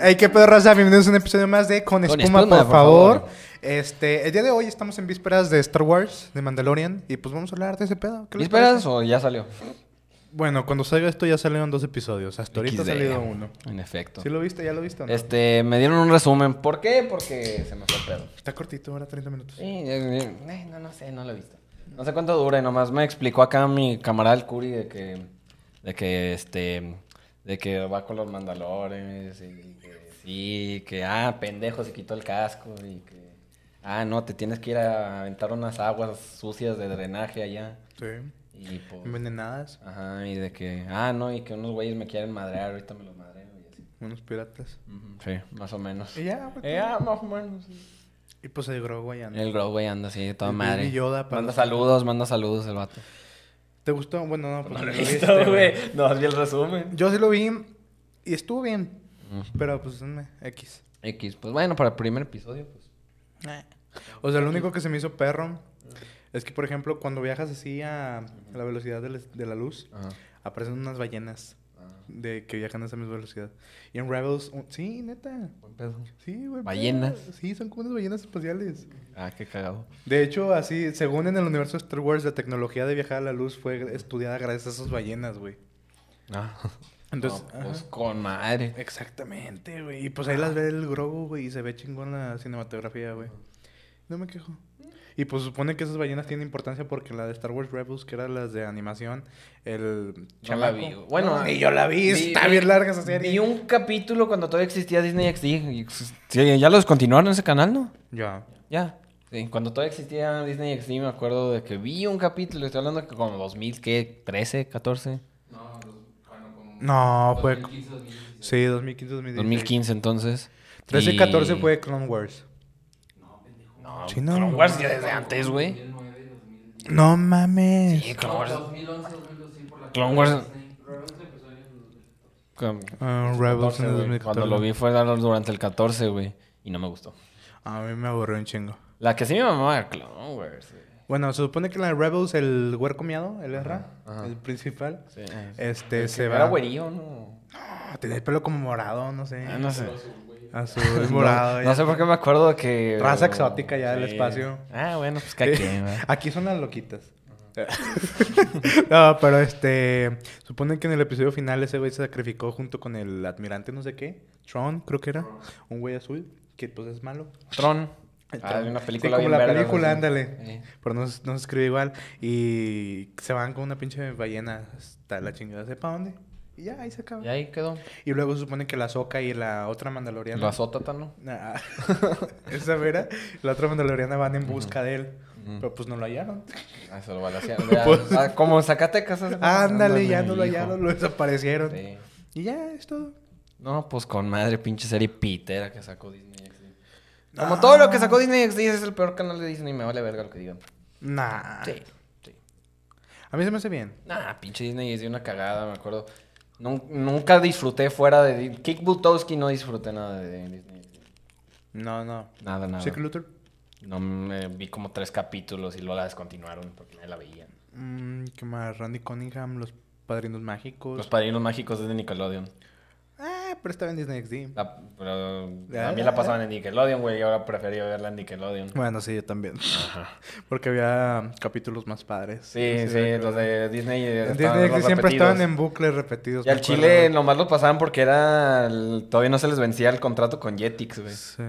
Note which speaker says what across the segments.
Speaker 1: Hey, qué pedo, raza. Bienvenidos a un episodio más de Con
Speaker 2: Con
Speaker 1: Espuma,
Speaker 2: Espuma,
Speaker 1: por,
Speaker 2: por
Speaker 1: favor.
Speaker 2: favor.
Speaker 1: Este, el día de hoy estamos en vísperas de Star Wars, de Mandalorian, y pues vamos a hablar de ese pedo. ¿Qué les
Speaker 2: ¿Vísperas
Speaker 1: parece?
Speaker 2: o ya salió?
Speaker 1: Bueno, cuando salga esto ya salieron dos episodios. Hasta ahorita ha
Speaker 2: XD.
Speaker 1: salido uno.
Speaker 2: En efecto.
Speaker 1: ¿Sí lo viste? ¿Ya lo viste o no?
Speaker 2: Este, me dieron un resumen. ¿Por qué? Porque se me fue el pedo.
Speaker 1: Está cortito, ahora 30 minutos.
Speaker 2: Sí, eh, eh, no, no sé, no lo he visto. No sé cuánto dure, nomás me explicó acá mi camarada el Curi de que, de que, este, de que va con los mandalores y que sí, que, ah, pendejo, se quitó el casco y que, ah, no, te tienes que ir a aventar unas aguas sucias de drenaje allá
Speaker 1: Sí.
Speaker 2: y pues,
Speaker 1: Envenenadas.
Speaker 2: ajá, y de que, ah, no, y que unos güeyes me quieren madrear, ahorita me los madreo y así.
Speaker 1: Unos piratas.
Speaker 2: Sí, más o menos.
Speaker 1: Y ya, güey.
Speaker 2: Eh, ah, más o menos, sí.
Speaker 1: Y pues el Grogu ya no.
Speaker 2: El Grow, güey, anda así, de toda
Speaker 1: El
Speaker 2: madre.
Speaker 1: Baby Yoda para
Speaker 2: manda
Speaker 1: los-
Speaker 2: saludos, manda saludos el vato.
Speaker 1: ¿Te gustó? Bueno, no, pues
Speaker 2: No
Speaker 1: no
Speaker 2: lo he
Speaker 1: lo
Speaker 2: visto,
Speaker 1: viste,
Speaker 2: güey. No, vi el resumen.
Speaker 1: Yo sí lo vi y estuvo bien.
Speaker 2: Mm.
Speaker 1: Pero pues, mm, X.
Speaker 2: X, pues bueno, para el primer episodio, pues.
Speaker 1: O sea, lo único que se me hizo perro es que, por ejemplo, cuando viajas así a, a la velocidad de la, de la luz,
Speaker 2: Ajá.
Speaker 1: aparecen unas ballenas
Speaker 2: Ah,
Speaker 1: de que viajan a esa misma velocidad. Y en Rebels, un- sí, neta.
Speaker 2: buen pedo.
Speaker 1: Sí, güey.
Speaker 2: ¿Ballenas?
Speaker 1: pero- Sí, son como unas ballenas espaciales.
Speaker 2: Ah, qué cagado.
Speaker 1: De hecho, así, según en el universo de Star Wars, la tecnología de viajar a la luz fue estudiada gracias a esas ballenas, güey.
Speaker 2: Ah.
Speaker 1: Entonces,
Speaker 2: No, pues
Speaker 1: ajá.
Speaker 2: con madre.
Speaker 1: exactamente, güey. Y pues ahí
Speaker 2: Ah.
Speaker 1: las ve el Grogu, güey, y se ve chingón la cinematografía, güey. No me quejo. Y pues supone que esas ballenas tienen importancia porque la de Star Wars Rebels, que era las de animación, el
Speaker 2: No la
Speaker 1: chamaco-
Speaker 2: vi, güey. Bueno,
Speaker 1: No, ni yo la vi,
Speaker 2: vi-
Speaker 1: está
Speaker 2: vi-
Speaker 1: bien larga esa serie.
Speaker 2: Vi un capítulo cuando todavía existía Disney XD. y- pues, Sí, ya los continuaron ese canal, ¿no?
Speaker 1: Ya.
Speaker 2: Ya. Sí, cuando todavía existía Disney XD, me acuerdo de que vi un capítulo. Estoy hablando que como 2000, ¿qué? ¿13? ¿14?
Speaker 1: No, fue Sí, 2015, 2016.
Speaker 2: 2015, entonces.
Speaker 1: 13
Speaker 2: Y-
Speaker 1: 14 fue Clone Wars.
Speaker 2: No,
Speaker 1: Sí, no.
Speaker 2: Clone Wars ya desde antes, güey.
Speaker 1: No mames.
Speaker 2: Sí, Clone Wars. Clone Wars. Con-
Speaker 1: Ah, Rebels en el
Speaker 2: 14, güey.
Speaker 1: 2014.
Speaker 2: Cuando lo vi fue durante el 14, güey. Y no me gustó.
Speaker 1: A mí me aburrió un chingo.
Speaker 2: La que sí me mamaba era Clone Wars. güey.
Speaker 1: Bueno, se supone que en la de Rebels el huerco miado, el Ezra,
Speaker 2: Ajá, ajá.
Speaker 1: el principal,
Speaker 2: Sí.
Speaker 1: este se va.
Speaker 2: Era güerillo, ¿no?
Speaker 1: Ah, tenía el pelo como morado, no sé.
Speaker 2: Ah, no sé.
Speaker 1: Azul, morado.
Speaker 2: No,
Speaker 1: ya.
Speaker 2: no sé por qué me acuerdo de que.
Speaker 1: Raza exótica ya del espacio.
Speaker 2: Ah, bueno, pues que quien, ¿verdad?
Speaker 1: Aquí son las loquitas. no, pero este. Supone que en el episodio final ese güey se sacrificó junto con el admirante, no sé qué. Tron, creo que era. Un güey azul, que pues es malo.
Speaker 2: Tron.
Speaker 1: El
Speaker 2: Ah,
Speaker 1: Tron.
Speaker 2: de una
Speaker 1: Sí,
Speaker 2: película
Speaker 1: como
Speaker 2: bien
Speaker 1: la
Speaker 2: verga,
Speaker 1: película,
Speaker 2: así.
Speaker 1: ándale.
Speaker 2: Eh.
Speaker 1: Pero no, se- no se escribe igual. Y se van con una pinche ballena hasta la chingada, sepa dónde. Y ya, ahí se acaba.
Speaker 2: Y ahí quedó.
Speaker 1: Y luego se supone que la Soca y la otra mandaloriana.
Speaker 2: Lo azota, ¿no?
Speaker 1: Nah. Ah. Esa vera, la otra mandaloriana van en busca de él. Pero pues no lo hallaron.
Speaker 2: Ah, se lo balacearon. Ya, ah, como Zacatecas. hace-
Speaker 1: Pues- Ándale, ya no lo
Speaker 2: hijo.
Speaker 1: hallaron, lo desaparecieron.
Speaker 2: Sí.
Speaker 1: Y ya, es todo.
Speaker 2: No, pues con madre, pinche serie pitera que sacó Disney XD.
Speaker 1: Ah.
Speaker 2: Como todo lo que sacó Disney XD es el peor canal de Disney, me vale verga lo que digan.
Speaker 1: Nah.
Speaker 2: Sí, sí.
Speaker 1: A mí se me hace bien.
Speaker 2: Nah, pinche Disney es de una cagada, me acuerdo. Nun- nunca disfruté fuera de Disney. Kick Butowski no disfruté nada de Disney.
Speaker 1: No, no.
Speaker 2: Nada, nada.
Speaker 1: Sick Luther.
Speaker 2: No me vi como tres capítulos y luego la descontinuaron porque nadie la veía.
Speaker 1: Mm, ¿Qué más? Randy Cunningham, los padrinos mágicos.
Speaker 2: Los padrinos mágicos es de Nickelodeon.
Speaker 1: Ah, pero estaba en Disney XD.
Speaker 2: La, pero a mí la pasaban en Nickelodeon, güey, y ahora prefería verla en Nickelodeon.
Speaker 1: Bueno, sí, yo también. Porque había capítulos más padres.
Speaker 2: Sí, sí, los de Disney.
Speaker 1: En
Speaker 2: estaban
Speaker 1: Disney
Speaker 2: los
Speaker 1: XD siempre
Speaker 2: repetidos.
Speaker 1: estaban en bucles repetidos.
Speaker 2: Y al
Speaker 1: me acuerdo,
Speaker 2: Chile
Speaker 1: güey.
Speaker 2: nomás los pasaban porque era. el- Todavía no se les vencía el contrato con Jetix, güey.
Speaker 1: Sí.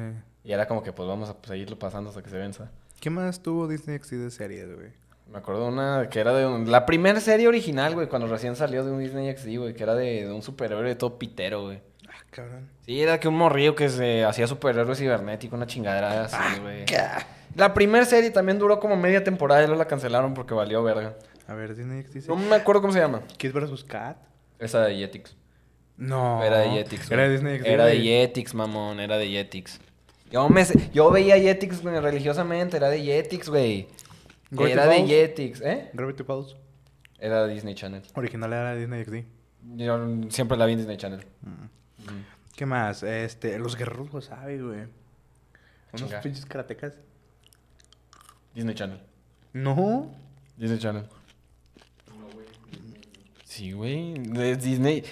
Speaker 2: Y era como que, pues vamos a seguirlo pasando hasta que se venza.
Speaker 1: ¿Qué más tuvo Disney XD de series, güey?
Speaker 2: Me acuerdo una que era de un- la primera serie original, güey, cuando recién salió de un Disney XD, güey, que era de, de un superhéroe todo pitero, güey.
Speaker 1: Ah, cabrón.
Speaker 2: Sí, era que un morrillo que se hacía superhéroe cibernético, una chingadera
Speaker 1: Ah,
Speaker 2: así, güey. La primera serie también duró como media temporada y luego la cancelaron porque valió verga.
Speaker 1: A ver, Disney XD.
Speaker 2: No me acuerdo cómo se llama.
Speaker 1: Kids vs. Cat.
Speaker 2: Esa de Jetix.
Speaker 1: No.
Speaker 2: Era de Jetix. güey.
Speaker 1: Era de Disney XD.
Speaker 2: Era de
Speaker 1: güey.
Speaker 2: Jetix, mamón. Era de Jetix. Yo, me, sé- yo veía Jetix güey, religiosamente. Era de Jetix, güey.
Speaker 1: Gravity
Speaker 2: Era de
Speaker 1: Falls.
Speaker 2: Jetix, ¿eh?
Speaker 1: Gravity Falls.
Speaker 2: Era de Disney Channel.
Speaker 1: Original era de Disney XD.
Speaker 2: Yo siempre la vi en Disney Channel.
Speaker 1: ¿Qué más? Este, los guerreros wasabi, güey. Unos
Speaker 2: Chinga.
Speaker 1: pinches karatecas.
Speaker 2: Disney Channel.
Speaker 1: No.
Speaker 2: Disney Channel. Sí, güey. De Disney.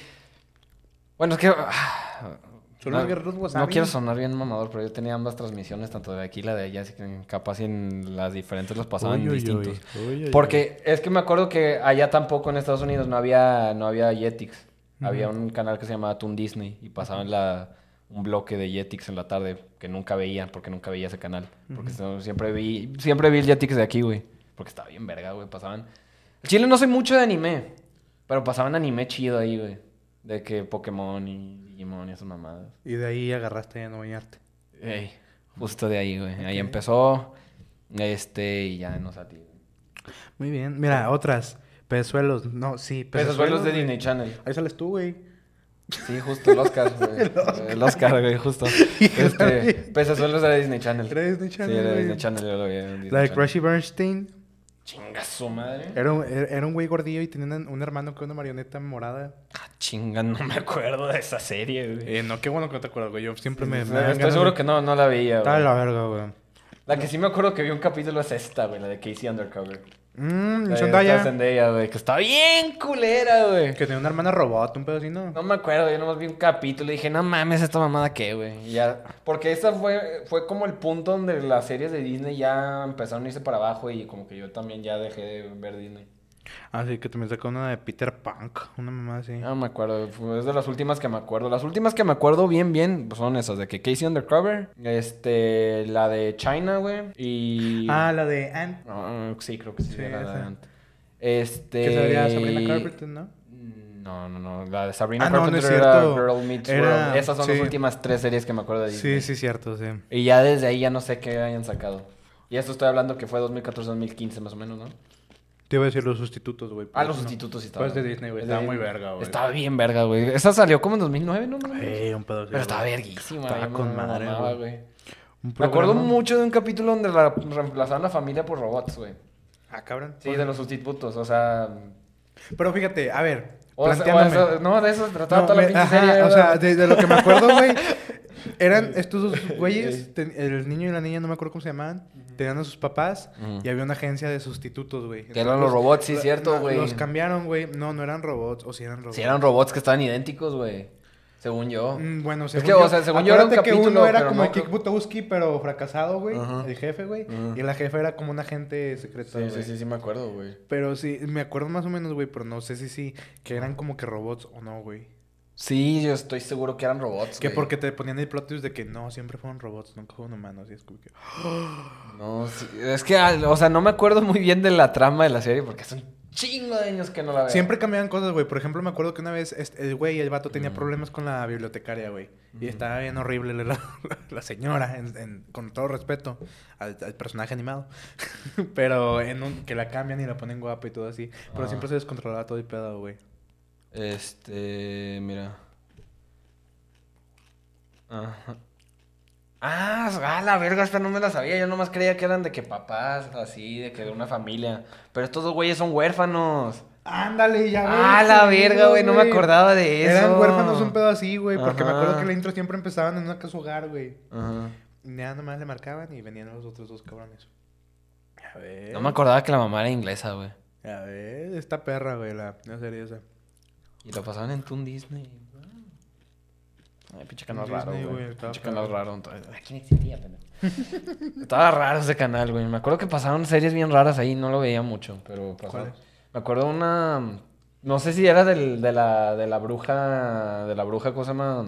Speaker 2: Bueno, es que. ah,
Speaker 1: Son los guerreros
Speaker 2: no
Speaker 1: wasabi.
Speaker 2: quiero sonar bien mamador, pero yo tenía ambas transmisiones, tanto de aquí y la de allá, así que capaz y en las diferentes las pasaban
Speaker 1: Uy, uy, uy.
Speaker 2: distintos.
Speaker 1: Uy, uy, uy.
Speaker 2: Porque es que me acuerdo que allá tampoco en Estados Unidos no había, no había Jetix. Había
Speaker 1: Ujú.
Speaker 2: un canal que se llamaba Toon Disney y pasaban la, un bloque de Jetix en la tarde que nunca veía, porque nunca veía ese canal. Porque so- siempre vi, siempre vi el Jetix de aquí, güey. Porque estaba bien verga, güey. Pasaban. El Chile no soy mucho de anime, pero pasaban anime chido ahí, güey. De que Pokémon y Digimon y esas mamadas.
Speaker 1: Y de ahí agarraste a no bañarte.
Speaker 2: Ey, justo de ahí, güey. Ahí
Speaker 1: Ok.
Speaker 2: empezó. Este, y ya no salí.
Speaker 1: Muy bien. Mira, otras. Pezuelos. No, sí.
Speaker 2: Pero suelos de
Speaker 1: güey.
Speaker 2: Disney Channel.
Speaker 1: Ahí sales tú, güey.
Speaker 2: Sí, justo, el Oscar, güey. El Oscar, güey, justo. Este,
Speaker 1: también.
Speaker 2: Pesazuelos era Disney Channel.
Speaker 1: Era Disney Channel,
Speaker 2: Sí, era
Speaker 1: güey.
Speaker 2: Disney Channel, yo lo vi. en Disney
Speaker 1: La de Eh.
Speaker 2: Channel.
Speaker 1: Crashy Bernstein.
Speaker 2: Chinga su madre.
Speaker 1: Era un, era era un güey gordillo y tenía un- un hermano con una marioneta morada.
Speaker 2: Ah, chinga, no me acuerdo de esa serie, güey.
Speaker 1: Eh, no, qué bueno que no te acuerdas, güey. Yo siempre me. me dan
Speaker 2: Estoy
Speaker 1: ganas
Speaker 2: seguro
Speaker 1: de-
Speaker 2: que no, no la veía,
Speaker 1: Está de
Speaker 2: güey.
Speaker 1: la verga, güey.
Speaker 2: La que sí me acuerdo que vi un capítulo es esta, güey, la de Casey Undercover.
Speaker 1: Mmm,
Speaker 2: La de esta
Speaker 1: Zendaya.
Speaker 2: Zendaya, güey, que está bien culera, güey.
Speaker 1: Que tenía una hermana robot, un pedo así, ¿no?
Speaker 2: No me acuerdo, yo nomás vi un capítulo y dije, no mames, esta mamada qué, güey. Y Ya, porque esa fue, fue como el punto donde las series de Disney ya empezaron a irse para abajo y como que yo también ya dejé de ver Disney.
Speaker 1: Ah, sí, que también sacó una de Peter Punk. Una mamá así.
Speaker 2: No me acuerdo, fue- es de las últimas que me acuerdo. Las últimas que me acuerdo bien, bien, pues, son esas, de que Casey Undercover, este, la de China, güey, y...
Speaker 1: Ah, la de Ant.
Speaker 2: No, sí, creo que sí,
Speaker 1: Sí,
Speaker 2: era la de
Speaker 1: esa.
Speaker 2: antes. Este...
Speaker 1: Que salía Sabrina Carpenter, ¿no?
Speaker 2: No, no, no. La de Sabrina
Speaker 1: Ah, no, no
Speaker 2: Carpenter
Speaker 1: es
Speaker 2: era
Speaker 1: cierto.
Speaker 2: Girl Meets
Speaker 1: Era-
Speaker 2: World. Esas son las
Speaker 1: sí.
Speaker 2: últimas tres series que me acuerdo de
Speaker 1: Sí,
Speaker 2: Disney.
Speaker 1: sí, cierto, sí.
Speaker 2: Y ya desde ahí ya no sé qué hayan sacado. Y esto estoy hablando que fue 2014-2015 más o menos, ¿no?
Speaker 1: Te iba a decir los sustitutos, güey.
Speaker 2: Ah, los
Speaker 1: no.
Speaker 2: sustitutos sí
Speaker 1: Pues
Speaker 2: estaban.
Speaker 1: de Disney, güey.
Speaker 2: Es de
Speaker 1: Estaba muy
Speaker 2: Disney.
Speaker 1: verga, güey.
Speaker 2: Estaba bien verga, güey. Esa salió como en 2009, ¿no? Más o menos.
Speaker 1: Eh, un pedo así,
Speaker 2: Pero estaba
Speaker 1: güey.
Speaker 2: verguísima.
Speaker 1: Estaba
Speaker 2: yo me
Speaker 1: con madre,
Speaker 2: mamaba,
Speaker 1: güey. Un
Speaker 2: Me acuerdo
Speaker 1: programa-
Speaker 2: mucho de un capítulo donde la- reemplazaron la familia por robots, güey.
Speaker 1: Ah, cabrón.
Speaker 2: Sí, de los sustitutos, o sea...
Speaker 1: Pero fíjate, a ver.
Speaker 2: o sea, o
Speaker 1: planteándome.
Speaker 2: eso- no, de eso se trataba
Speaker 1: No,
Speaker 2: toda la
Speaker 1: me-
Speaker 2: pinche
Speaker 1: ajá,
Speaker 2: serie,
Speaker 1: o sea,
Speaker 2: ¿verdad?
Speaker 1: de, de lo que me acuerdo, güey, eran estos dos güeyes, ten- el niño y la niña, no me acuerdo cómo se llamaban, tenían a sus papás
Speaker 2: Ujú.
Speaker 1: y había una agencia de sustitutos, güey.
Speaker 2: Que eran los robots, sí,
Speaker 1: la-
Speaker 2: cierto,
Speaker 1: no,
Speaker 2: güey.
Speaker 1: Los cambiaron, güey. No, no eran robots, o si eran robots.
Speaker 2: Si eran robots que estaban idénticos, güey. Según yo.
Speaker 1: Mm, Bueno,
Speaker 2: Es
Speaker 1: según
Speaker 2: que,
Speaker 1: yo,
Speaker 2: o sea, según yo era un
Speaker 1: acuérdate que
Speaker 2: capítulo,
Speaker 1: uno era
Speaker 2: pero
Speaker 1: como
Speaker 2: no
Speaker 1: el
Speaker 2: creo-
Speaker 1: Kick Butowski, pero fracasado, güey,
Speaker 2: Ajá.
Speaker 1: el jefe, güey,
Speaker 2: Ajá.
Speaker 1: y la jefa era como una agente secreta,
Speaker 2: Sí,
Speaker 1: güey.
Speaker 2: sí, sí, sí, me acuerdo, güey.
Speaker 1: Pero sí, me acuerdo más o menos, güey, pero no sé si sí, que eran como que robots o no, güey.
Speaker 2: Sí, yo estoy seguro que eran robots.
Speaker 1: Que
Speaker 2: güey.
Speaker 1: porque te ponían el plot twist de que no, siempre fueron robots, nunca fueron humanos. Y es como que.
Speaker 2: No, sí, es que, al- o sea, no me acuerdo muy bien de la trama de la serie porque son chingo de años que no la veo.
Speaker 1: Siempre cambiaban cosas, güey. Por ejemplo, me acuerdo que una vez este, el güey, el vato, tenía problemas con la bibliotecaria, güey. Y estaba bien horrible la, la- la señora, en- en- con todo respeto al, al personaje animado. Pero en un, que la cambian y la ponen guapa y todo así. Pero
Speaker 2: Ah.
Speaker 1: siempre se descontrolaba todo el pedo, güey.
Speaker 2: Este, mira. Ajá. Ah, a la verga, esta no me la sabía. Yo nomás creía que eran de que papás, así, de que de una familia. Pero estos dos güeyes son huérfanos.
Speaker 1: Ándale, ya,
Speaker 2: Ah, la verga, güey, no me acordaba de eso.
Speaker 1: Eran huérfanos un pedo así, güey. Porque me acuerdo
Speaker 2: Ajá.
Speaker 1: que la intro siempre empezaban en una casa hogar, güey.
Speaker 2: Ajá.
Speaker 1: Ya nomás le marcaban y venían los otros dos cabrones. A ver.
Speaker 2: No me acordaba que la mamá era inglesa, güey.
Speaker 1: A ver, esta perra, güey, la, la serie esa.
Speaker 2: Y lo pasaban en Toon Disney. Ah. Ay, pinche canal
Speaker 1: Toon Disney,
Speaker 2: raro,
Speaker 1: güey,
Speaker 2: güey.
Speaker 1: estaba
Speaker 2: Pinche canal
Speaker 1: feo.
Speaker 2: raro. entonces. Aquí no existía, pendejo. Estaba raro ese canal, güey. Me acuerdo que pasaban series bien raras ahí. No lo veía mucho, pero pasaban.
Speaker 1: ¿Cuáles?
Speaker 2: Me acuerdo una... No sé si era del- de, la, de la bruja... De la bruja, ¿cómo se llama?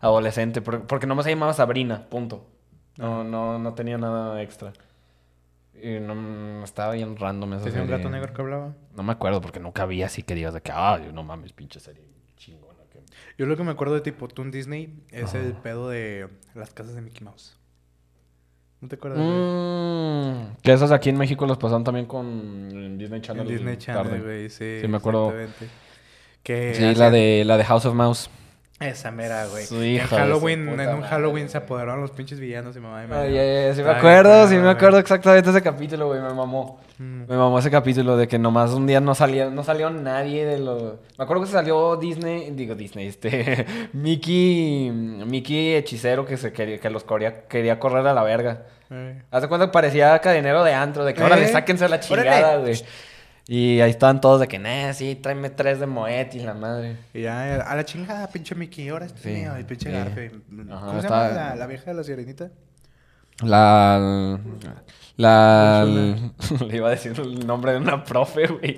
Speaker 2: Adolescente. por- Porque nomás se llamaba Sabrina, punto. No, no, no tenía nada extra. Y no, estaba bien random esa
Speaker 1: ¿Tenía un
Speaker 2: serie.
Speaker 1: gato negro que hablaba?
Speaker 2: No me acuerdo porque nunca vi así que digas de que, ah, no mames, pinche serie chingona. Que...
Speaker 1: Yo lo que me acuerdo de tipo Toon Disney es el pedo de las casas de Mickey Mouse. ¿No te acuerdas?
Speaker 2: Mm,
Speaker 1: güey?
Speaker 2: que esas aquí en México las pasan también con Disney
Speaker 1: En
Speaker 2: Channel.
Speaker 1: Disney
Speaker 2: tarde.
Speaker 1: Channel, güey, sí.
Speaker 2: Sí, me acuerdo.
Speaker 1: exactamente. Que
Speaker 2: Sí, la de, la de House of Mouse.
Speaker 1: Esa mera, güey.
Speaker 2: Su
Speaker 1: En
Speaker 2: hija de su
Speaker 1: Halloween, en
Speaker 2: puta
Speaker 1: un
Speaker 2: madre,
Speaker 1: Halloween se
Speaker 2: güey.
Speaker 1: apoderaron los pinches villanos y mamá y mamá.
Speaker 2: Ay, ay, ay, sí me
Speaker 1: Ay,
Speaker 2: acuerdo, sí me
Speaker 1: güey.
Speaker 2: acuerdo exactamente ese capítulo, güey, me mamó.
Speaker 1: Mm.
Speaker 2: Me mamó ese capítulo de que nomás un día no salía, no salió nadie de los... Me acuerdo que salió Disney, digo Disney, este, Mickey, Mickey hechicero que se quería, que los corría- quería correr a la verga.
Speaker 1: Eh.
Speaker 2: Haz de cuenta que parecía cadenero de antro, de que órale,
Speaker 1: Eh,
Speaker 2: sáquense a la
Speaker 1: órale.
Speaker 2: chingada, güey. Y ahí estaban todos de que, nah, sí, tráeme tres de Moet y la madre.
Speaker 1: Y ya, eh, a la chingada, pinche Mickey, ahora este
Speaker 2: Sí,
Speaker 1: mío, y pinche
Speaker 2: sí.
Speaker 1: Garfield.
Speaker 2: Ajá,
Speaker 1: ¿Cómo se
Speaker 2: estaba-
Speaker 1: llama la, la vieja de la sirenita?
Speaker 2: La. La. Le iba a decir el nombre de una profe, güey.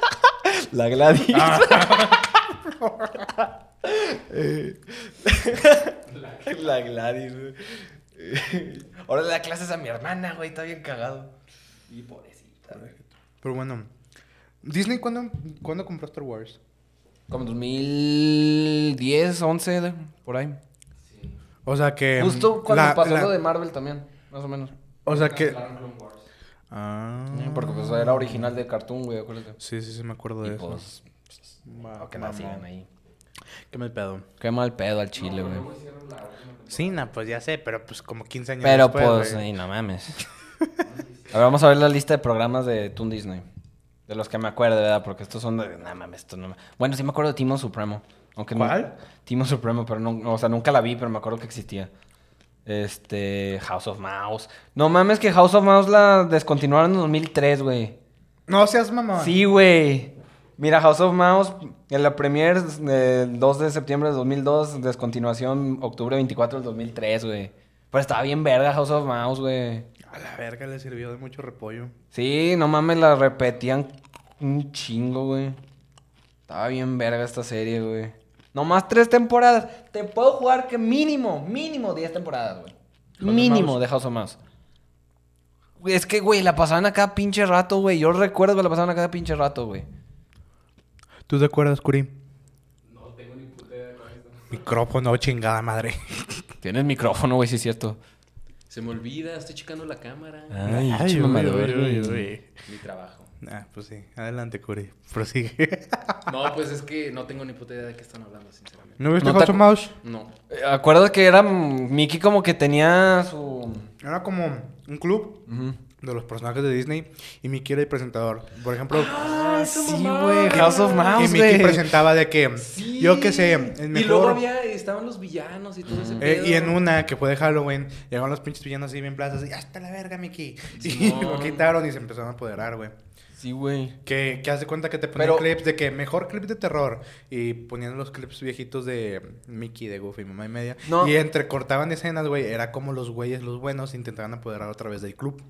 Speaker 2: La Gladys. Ah. Eh, la Gladys, güey. Ahora le da clases a mi hermana, güey. Está bien cagado. Y pobrecita, güey.
Speaker 1: Pero bueno, Disney, ¿cuándo, ¿cuándo compró Star Wars?
Speaker 2: Como 2010, 11, de- por ahí.
Speaker 1: O sea que. mm,
Speaker 2: Justo cuando
Speaker 1: Em, la-
Speaker 2: pasó
Speaker 1: la-
Speaker 2: lo de Marvel también, más o menos.
Speaker 1: O sea que. Ah.
Speaker 2: Porque pues era original de Cartoon, güey, acuérdate.
Speaker 1: Sí, sí, sí, me acuerdo
Speaker 2: Y
Speaker 1: de eso.
Speaker 2: pues,
Speaker 1: Ma-
Speaker 2: no, que
Speaker 1: Ah, mamón.
Speaker 2: no sigan ahí.
Speaker 1: ¿Qué me pedo?
Speaker 2: Qué mal pedo al chile, güey.
Speaker 1: Sí, no, pues ya sé, pero pues como 15 años
Speaker 2: Pero
Speaker 1: después,
Speaker 2: pues,
Speaker 1: güey.
Speaker 2: ay, no mames. A ver, vamos a ver la lista de programas de Toon Disney. De los que me acuerdo, ¿verdad? Porque estos son de. No mames, esto no ma- Bueno, sí me acuerdo de Timo Supremo. Aunque no-
Speaker 1: ¿Cuál?
Speaker 2: Timo Supremo, pero no. O sea, nunca la vi, pero me acuerdo que existía. Este. House of Mouse. No mames, que House of Mouse la descontinuaron en 2003, güey.
Speaker 1: No seas mamón.
Speaker 2: Sí, güey. Mira, House of Mouse, en la premier el 2 de septiembre de 2002, descontinuación octubre 24 del 2003, güey. Pero estaba bien verga House of Mouse, güey.
Speaker 1: A la verga le sirvió de mucho repollo.
Speaker 2: Sí, no mames, la repetían un chingo, güey. Estaba bien verga esta serie, güey. Nomás tres temporadas. Te puedo jugar que mínimo, mínimo 10 temporadas, güey.
Speaker 1: House of
Speaker 2: Mínimo
Speaker 1: Mouse.
Speaker 2: de House of Mouse. Güey, Es que, güey, la pasaban a cada pinche rato, güey. Yo recuerdo que la pasaban a cada pinche rato, güey.
Speaker 1: ¿Tú te acuerdas, Curi? No tengo ni puta idea Micrófono, chingada madre.
Speaker 2: Tienes micrófono, güey, sí es cierto.
Speaker 3: Se me olvida, estoy checando la cámara.
Speaker 2: Ay,
Speaker 1: uy,
Speaker 2: mamador,
Speaker 1: uy, uy,
Speaker 2: güey.
Speaker 1: uy.
Speaker 3: Mi trabajo.
Speaker 1: Ah, pues sí. Adelante, Curi. Prosigue.
Speaker 3: No, pues es que no tengo ni puta idea de qué están hablando, sinceramente.
Speaker 1: ¿No viste
Speaker 2: No te
Speaker 1: House of
Speaker 2: acu-
Speaker 1: Mouse?
Speaker 3: No.
Speaker 2: Eh, Acuerdo que era mm, Mickey como que tenía su...
Speaker 1: Era como un club
Speaker 2: Ujú.
Speaker 1: de los personajes de Disney y Mickey era el presentador. Por ejemplo,
Speaker 2: sí, güey, House of
Speaker 1: y
Speaker 2: Mouse,
Speaker 1: Mickey
Speaker 2: güey.
Speaker 1: presentaba de que
Speaker 3: Sí.
Speaker 1: yo qué sé, el mejor
Speaker 3: Y luego había, estaban los villanos y todo ese
Speaker 1: Eh,
Speaker 3: pedo.
Speaker 1: y en una que fue de Halloween, llegaron los pinches villanos así bien plazas y hasta la verga, Mickey. Y
Speaker 3: Simón.
Speaker 1: lo quitaron y se empezaron a apoderar, güey.
Speaker 2: Sí, güey.
Speaker 1: Que, que haz de cuenta que te ponían
Speaker 2: Pero-
Speaker 1: clips de que mejor clip de terror. Y ponían los clips viejitos de Mickey, de Goofy, mamá y media.
Speaker 2: No.
Speaker 1: Y entrecortaban escenas, güey. Era como los güeyes, los buenos, intentaban apoderar otra vez del club.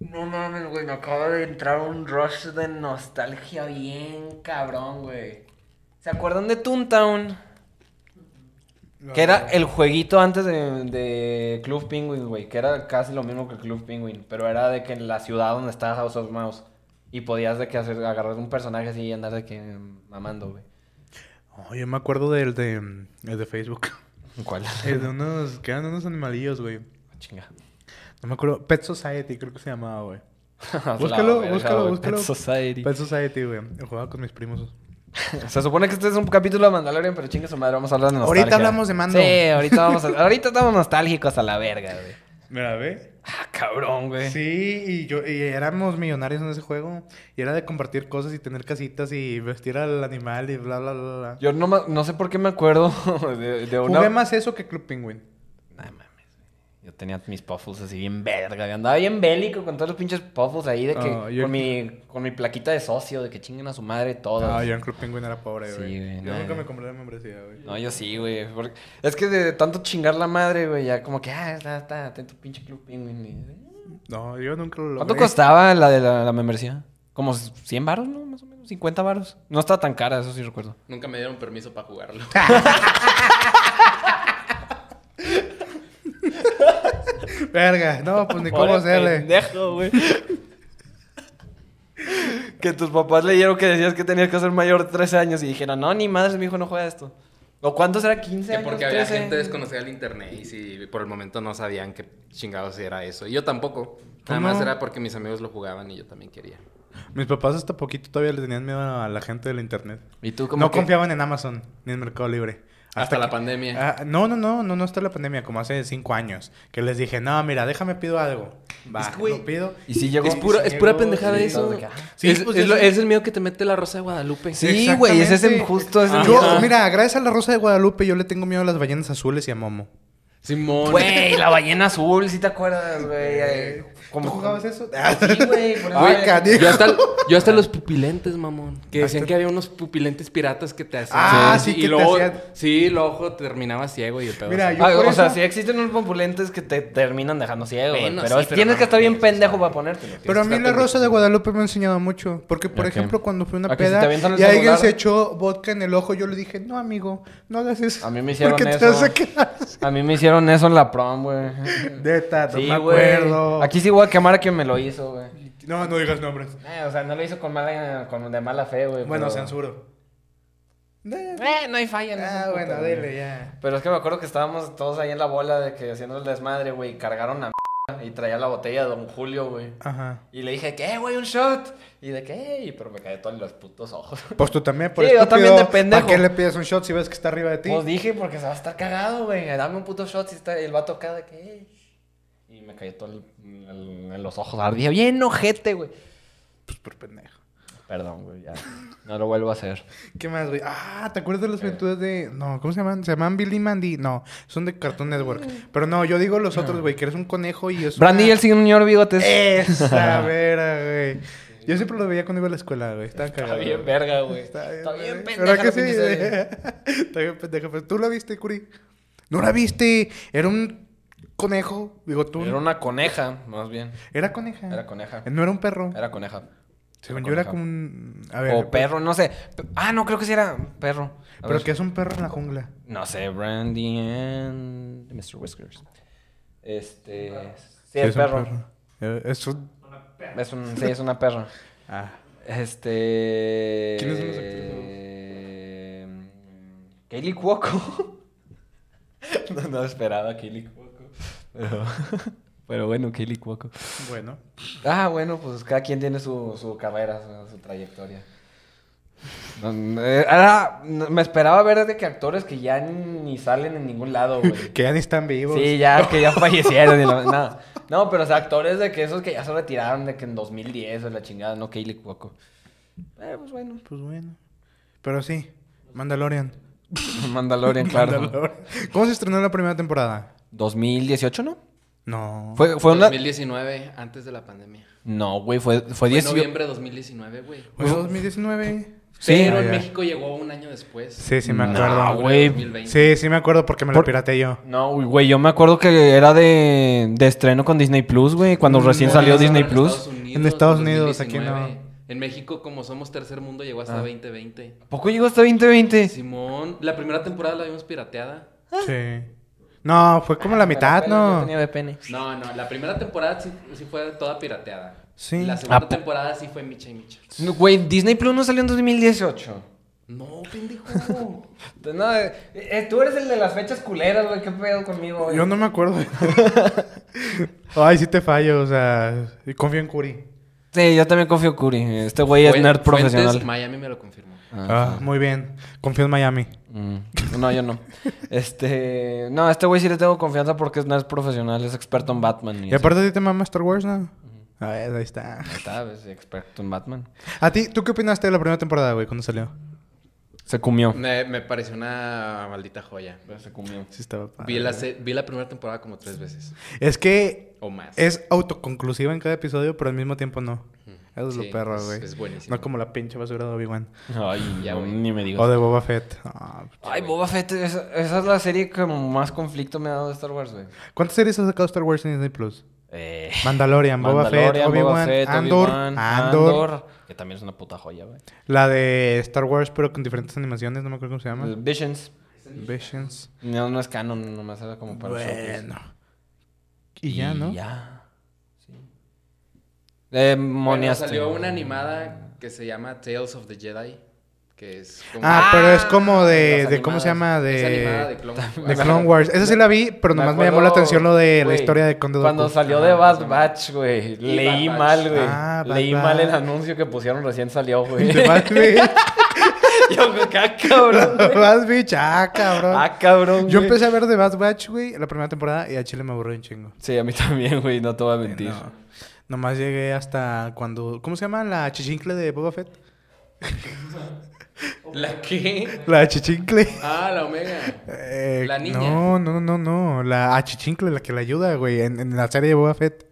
Speaker 2: No mames, güey, me acaba de entrar un rush de nostalgia bien cabrón, güey. ¿Se acuerdan de Toontown? Que
Speaker 1: Ah.
Speaker 2: era el jueguito antes de, de Club Penguin, güey. Que era casi lo mismo que Club Penguin. Pero era de que en la ciudad donde estaba House of Mouse. Y podías de que hacer, agarrar un personaje así y andar de que mm, mamando, güey.
Speaker 1: Oh, yo me acuerdo del de, mm, el de Facebook.
Speaker 2: ¿Cuál?
Speaker 1: El de unos, que eran unos animalillos, güey.
Speaker 2: Ah, Chinga.
Speaker 1: No me acuerdo. Pet Society, creo que se llamaba, güey. Búscalo, búscalo, búscalo. Pues,
Speaker 2: Pet Society.
Speaker 1: Pet Society, güey. Jugaba con mis primos.
Speaker 2: Se supone que este es un capítulo de Mandalorian, pero chingue su madre, vamos a hablar de nostalgia.
Speaker 1: Ahorita hablamos de Mando.
Speaker 2: Sí, ahorita vamos a... Ahorita estamos nostálgicos a la verga, güey.
Speaker 1: Mira, ve.
Speaker 2: Ah, cabrón, güey.
Speaker 1: Sí, y yo y éramos millonarios en ese juego. Y era de compartir cosas y tener casitas y vestir al animal y bla, bla, bla, bla.
Speaker 2: Yo no, ma- no sé por qué me acuerdo de, de una...
Speaker 1: Jugué más eso que Club Penguin.
Speaker 2: No mames, güey. Yo tenía mis puffles así bien verga, güey. Andaba bien bélico con todos los pinches puffles ahí de que...
Speaker 1: Ah, yo-
Speaker 2: con, mi, con mi plaquita de socio, de que chinguen a su madre todos.
Speaker 1: No, yo en Club Penguin era pobre,
Speaker 2: Sí,
Speaker 1: güey.
Speaker 2: güey,
Speaker 1: yo
Speaker 2: no,
Speaker 1: nunca
Speaker 2: güey.
Speaker 1: me compré la membresía, güey.
Speaker 2: No, yo sí, güey. porque- Es que de tanto chingar la madre, güey, ya como que... Ah, está, está, está en tu pinche club penguin. y-
Speaker 1: No, yo nunca lo logré.
Speaker 2: ¿Cuánto costaba la de la, la membresía? Como 100 varos, ¿no? Más o menos, 50 varos. No estaba tan cara, eso sí recuerdo.
Speaker 3: Nunca me dieron permiso para jugarlo.
Speaker 1: Verga, no, pues ni cómo
Speaker 2: Pobre
Speaker 1: hacerle.
Speaker 2: pendejo, güey. que tus papás leyeron que decías que tenías que ser mayor de 13 años y dijeron, no, ni madres, mi hijo no juega esto. ¿O cuántos era? 15
Speaker 3: Que
Speaker 2: años,
Speaker 3: porque había
Speaker 2: 13.
Speaker 3: gente desconocida del internet y si por el momento no sabían qué chingados era eso. Y yo tampoco. Nada
Speaker 1: ¿Cómo?
Speaker 3: más era porque mis amigos lo jugaban y yo también quería.
Speaker 1: Mis papás hasta poquito todavía le tenían miedo a la gente del internet.
Speaker 2: ¿Y tú como
Speaker 1: No
Speaker 2: que-
Speaker 1: confiaban en Amazon ni en Mercado Libre.
Speaker 3: Hasta, la
Speaker 1: que-
Speaker 3: pandemia.
Speaker 1: Ah, no, no, no, no, no hasta la pandemia, como hace cinco años, que les dije, no, mira, déjame pido algo. Va,
Speaker 3: Es que, güey,
Speaker 1: lo pido.
Speaker 2: Y si llegó...
Speaker 3: es pura, es pura pendejada
Speaker 2: sí,
Speaker 3: eso.
Speaker 2: de que, ah.
Speaker 1: Sí,
Speaker 3: es,
Speaker 1: pues,
Speaker 3: es
Speaker 1: es-
Speaker 3: lo- es el miedo que te mete la Rosa de Guadalupe.
Speaker 2: Sí, güey, ese es
Speaker 1: Exactamente.
Speaker 2: justo ese
Speaker 1: Yo,
Speaker 2: miedo.
Speaker 1: mira, gracias a la Rosa de Guadalupe, yo le tengo miedo a las ballenas azules y a Momo.
Speaker 3: Simón.
Speaker 2: Güey, la ballena azul, si te acuerdas, güey. Eh,
Speaker 1: ¿Tú jugabas eso?
Speaker 2: Ah,
Speaker 1: Ah,
Speaker 2: Sí, güey, por eso-
Speaker 1: Ay,
Speaker 2: Ay,
Speaker 1: canijo.
Speaker 3: Yo hasta, yo hasta los pupilentes, mamón. Que decían
Speaker 1: Hasta-
Speaker 3: que había unos pupilentes piratas que te hacían.
Speaker 1: Ah, sí,
Speaker 3: y
Speaker 1: que te
Speaker 3: luego,
Speaker 1: hacían-
Speaker 3: Sí, el ojo terminaba ciego y el pedo.
Speaker 1: Mira,
Speaker 3: así.
Speaker 1: yo por
Speaker 2: Ah, o sea,
Speaker 1: eso-
Speaker 2: sí existen unos populentes que te terminan dejando ciego, güey,
Speaker 3: Bueno,
Speaker 2: pero
Speaker 3: sí, pero
Speaker 2: tienes
Speaker 3: no
Speaker 2: que estar bien
Speaker 3: mames,
Speaker 2: pendejo para ponértelo.
Speaker 1: Pero a mí la
Speaker 3: Está
Speaker 1: Rosa de Guadalupe me ha enseñado mucho. Porque, por
Speaker 2: ¿A qué?
Speaker 1: ejemplo, cuando fui a una
Speaker 2: ¿A que si te
Speaker 1: peda
Speaker 2: avientan el
Speaker 1: y alguien
Speaker 2: celular?
Speaker 1: se echó vodka en el ojo, yo le dije, no, amigo, no hagas eso.
Speaker 2: A mí me hicieron
Speaker 1: porque te
Speaker 2: eso.
Speaker 1: vas a quedar así".
Speaker 2: A mí me hicieron eso en la prom, güey.
Speaker 1: Neta, no
Speaker 2: Sí,
Speaker 1: me
Speaker 2: güey.
Speaker 1: acuerdo.
Speaker 2: Aquí sí voy a quemar a quien me lo hizo, güey.
Speaker 1: No, no digas nombres.
Speaker 2: Eh, o sea, no lo hizo con mala, con de mala fe, güey.
Speaker 1: Bueno,
Speaker 2: pero-
Speaker 1: censuro. Eh,
Speaker 2: Eh, no hay falla. en
Speaker 1: Ah,
Speaker 2: ese
Speaker 1: bueno,
Speaker 2: puto, güey.
Speaker 1: dile ya.
Speaker 2: Pero es que me acuerdo que estábamos todos ahí en la bola de que haciendo el desmadre, güey. y Cargaron la m y traía la botella de Don Julio, güey.
Speaker 1: Ajá.
Speaker 2: Y le dije, ¿qué, güey? ¿Un shot? Y de qué, y pero me caí todo en los putos ojos.
Speaker 1: Pues tú también, por
Speaker 2: Sí, yo
Speaker 1: estúpido,
Speaker 2: también de
Speaker 1: ¿Para
Speaker 2: pendejo.
Speaker 1: qué le pides un shot si ves que está arriba de ti?
Speaker 2: Pues dije, porque se va a estar cagado, güey. Dame un puto shot si está el vato acá de que. Y me cayó todo el- el- en los ojos. Ardía bien ojete, güey.
Speaker 1: Pues por pendejo.
Speaker 2: Perdón, güey, ya. No lo vuelvo a hacer.
Speaker 1: ¿Qué más, güey? Ah, ¿te acuerdas de
Speaker 2: Eh.
Speaker 1: las aventuras de. No, ¿cómo se llaman? ¿Se llaman Billy y Mandy? No, son de Cartoon Network. Pero no, yo digo los otros, güey, que eres un conejo y es.
Speaker 2: Mm. Brandy y
Speaker 1: una-
Speaker 2: el señor Bigotes.
Speaker 1: Eh, Esa vera, güey. Yo siempre lo veía cuando iba a la escuela, güey. Estaba
Speaker 2: Está
Speaker 1: cagado.
Speaker 2: bien,
Speaker 1: güey.
Speaker 2: verga, güey. Está
Speaker 1: Está
Speaker 2: bien,
Speaker 1: bien, güey.
Speaker 2: pendeja
Speaker 1: ¿Verdad
Speaker 2: la
Speaker 1: que
Speaker 2: pinche serie.
Speaker 1: sí? Está bien pendeja. Pero tú la viste, Curi. No la viste. Era un conejo. Digo, tú.
Speaker 2: Era una coneja, más bien.
Speaker 1: Era coneja.
Speaker 2: Era coneja.
Speaker 1: No era un perro.
Speaker 2: Era coneja.
Speaker 1: Según
Speaker 2: era
Speaker 1: yo era
Speaker 2: coneja.
Speaker 1: como un. A ver. pues.
Speaker 2: o perro, no sé. Pe- Ah, no, creo que sí era perro. A
Speaker 1: Pero
Speaker 2: ver.
Speaker 1: que es un perro en la jungla.
Speaker 2: No sé, Brandy and Mr. Whiskers. Este. Sí,
Speaker 1: Sí,
Speaker 2: es
Speaker 1: es un
Speaker 2: perro.
Speaker 1: Eh, Es un.
Speaker 2: Es un, sí, es una perra.
Speaker 1: Ah.
Speaker 2: Este.
Speaker 1: ¿Quiénes son los actores
Speaker 2: actores? Kaylee Cuoco. no, no esperaba a Kaylee Cuoco. Pero, pero bueno, Kaylee Cuoco.
Speaker 1: Bueno.
Speaker 2: Ah, bueno, pues cada quien tiene su, su carrera, su, su trayectoria. No, no, eh, Ahora, no, me esperaba ver de que actores que ya ni salen en ningún lado, güey.
Speaker 1: Que ya ni están vivos.
Speaker 2: Sí, ya, que ya fallecieron y la- nada. No, pero o sea, actores de que esos que ya se retiraron de que en 2010 o la chingada, no Kaylee Cuoco. Eh, pues bueno.
Speaker 1: Pues bueno. Pero sí. Mandalorian.
Speaker 2: Mandalorian, claro.
Speaker 1: Mandalorian. ¿Cómo se estrenó la primera temporada?
Speaker 2: 2018, ¿no?
Speaker 1: No.
Speaker 2: Fue, fue una.
Speaker 3: 2019, antes de la pandemia.
Speaker 2: No, güey, fue, fue
Speaker 3: Fue
Speaker 2: 18.
Speaker 3: noviembre de 2019, güey.
Speaker 1: Fue 2019.
Speaker 3: Pero
Speaker 1: Ah,
Speaker 3: en
Speaker 1: ya.
Speaker 3: México llegó un año después.
Speaker 1: Sí, sí me
Speaker 2: No,
Speaker 1: acuerdo.
Speaker 2: Ah, güey.
Speaker 3: 2020.
Speaker 1: Sí, sí me acuerdo porque me lo
Speaker 2: Por-
Speaker 1: pirateé yo.
Speaker 2: No, uy, güey, yo me acuerdo que era de, de estreno con Disney Plus, güey, cuando
Speaker 1: Mm,
Speaker 2: recién
Speaker 1: no,
Speaker 2: salió
Speaker 1: no,
Speaker 2: Disney
Speaker 3: en
Speaker 2: Plus.
Speaker 3: Estados Unidos,
Speaker 1: En Estados Unidos, aquí
Speaker 3: 2019.
Speaker 1: no.
Speaker 3: En México, como somos tercer mundo, llegó hasta
Speaker 2: Ah.
Speaker 3: 2020.
Speaker 2: ¿A poco llegó hasta 2020?
Speaker 3: Simón, la primera temporada la vimos pirateada.
Speaker 1: Sí. No, fue como la mitad,
Speaker 2: Ah. Yo
Speaker 1: ¿no?
Speaker 2: tenía VPN.
Speaker 3: No, no, la primera temporada sí, sí fue toda pirateada.
Speaker 1: Sí.
Speaker 3: La segunda
Speaker 2: Ah, po-
Speaker 3: temporada sí fue Micha y Micha.
Speaker 2: No, Güey, Disney Plus no salió en 2018.
Speaker 3: No, pendejo.
Speaker 2: No, eh, eh, tú eres el de las fechas culeras, güey, qué pedo conmigo, güey.
Speaker 1: Yo no me acuerdo. Ay, sí te fallo, o sea, y confío en Curi.
Speaker 2: Sí, yo también confío en Curi. Este güey es
Speaker 3: Fue-
Speaker 2: nerd
Speaker 3: Fuentes,
Speaker 2: profesional.
Speaker 3: Miami me lo confirmó.
Speaker 1: Ah, muy bien. Confío en Miami.
Speaker 2: Mm, No, yo no. Este. No, a este güey sí le tengo confianza porque es nerd profesional, es experto en Batman. Y,
Speaker 1: Y aparte de te mama Star Wars, ¿no? A ver, ahí está.
Speaker 2: así.
Speaker 3: pues,
Speaker 2: ¿Sabes? Experto en Batman.
Speaker 1: ¿A ti, tú qué opinaste de la primera temporada, güey, cuando salió?
Speaker 2: Se comió.
Speaker 3: Me, me pareció una maldita joya.
Speaker 2: Se comió.
Speaker 1: Sí estaba padre.
Speaker 3: Vi la, se- vi la primera temporada como tres veces
Speaker 1: Es que
Speaker 3: o más.
Speaker 1: es autoconclusiva en cada episodio, pero al mismo tiempo no. Eso es
Speaker 3: Sí,
Speaker 1: lo perro,
Speaker 3: es-
Speaker 1: güey.
Speaker 3: es buenísimo.
Speaker 1: No como la pinche basura de Obi-Wan.
Speaker 2: Ay,
Speaker 3: Ya,
Speaker 2: no,
Speaker 3: güey.
Speaker 2: ni me
Speaker 1: O
Speaker 2: digas.
Speaker 1: de Boba Fett. Ah,
Speaker 2: Ay, Boba Fett, esa, esa es la serie que más conflicto me ha dado de Star Wars, güey.
Speaker 1: ¿Cuántas series ha sacado Star Wars en Disney Plus?
Speaker 2: Eh.
Speaker 1: Mandalorian, Boba Fett,
Speaker 2: Mandalorian,
Speaker 1: Obi-Wan,
Speaker 2: Fett,
Speaker 1: Andor,
Speaker 2: Obi-Wan,
Speaker 1: Andor,
Speaker 2: Andor, Que también es una puta joya, güey.
Speaker 1: La de Star Wars, pero con diferentes animaciones, no me acuerdo cómo se llama.
Speaker 2: Visions.
Speaker 1: Visions.
Speaker 2: No, no es canon, nomás era como para showcase.
Speaker 1: Bueno. Y ya, ¿no?
Speaker 2: ya. Sí. Eh,
Speaker 3: Bueno,
Speaker 2: moneaste.
Speaker 3: salió una animada que se llama Tales of the Jedi, que es como...
Speaker 1: Ah, pero es como de,
Speaker 2: las
Speaker 1: de ¿cómo se llama?
Speaker 2: animadas.
Speaker 1: De,
Speaker 3: Es animada de Clone Wars.
Speaker 1: de Clone Wars. Esa sí la vi, pero nomás me, llamó la
Speaker 2: acuerdo,
Speaker 1: atención lo de la
Speaker 2: güey,
Speaker 1: historia de Conde
Speaker 2: Cuando
Speaker 1: Dooku.
Speaker 2: salió
Speaker 3: Ajá,
Speaker 2: de
Speaker 3: esa
Speaker 2: Bad
Speaker 3: madre.
Speaker 2: Batch, güey.
Speaker 3: Y
Speaker 2: Leí
Speaker 3: Bad Batch.
Speaker 2: mal, güey.
Speaker 1: Ah, Bad
Speaker 2: Leí mal el
Speaker 1: Batch.
Speaker 2: anuncio que pusieron recién salió, güey.
Speaker 1: De Bad Bitch.
Speaker 2: Yo, güey, ah, cabrón. güey.
Speaker 1: Bad Bitch, ah, cabrón.
Speaker 2: Ah, cabrón,
Speaker 1: Yo
Speaker 2: güey.
Speaker 1: empecé a ver de Bad Batch, güey, la primera temporada y a Chile me aburrió un chingo.
Speaker 2: Sí, a mí también, güey, no te voy a mentir.
Speaker 1: No. Nomás llegué hasta cuando. ¿Cómo se llama? La chichincle de Boba Fett.
Speaker 3: ¿La qué?
Speaker 1: La chichincle.
Speaker 3: Ah, la Omega.
Speaker 1: Eh,
Speaker 3: La niña.
Speaker 1: ah, No, no, no, no. La achichincle, la que le ayuda, güey, en, en la serie de Boba Fett.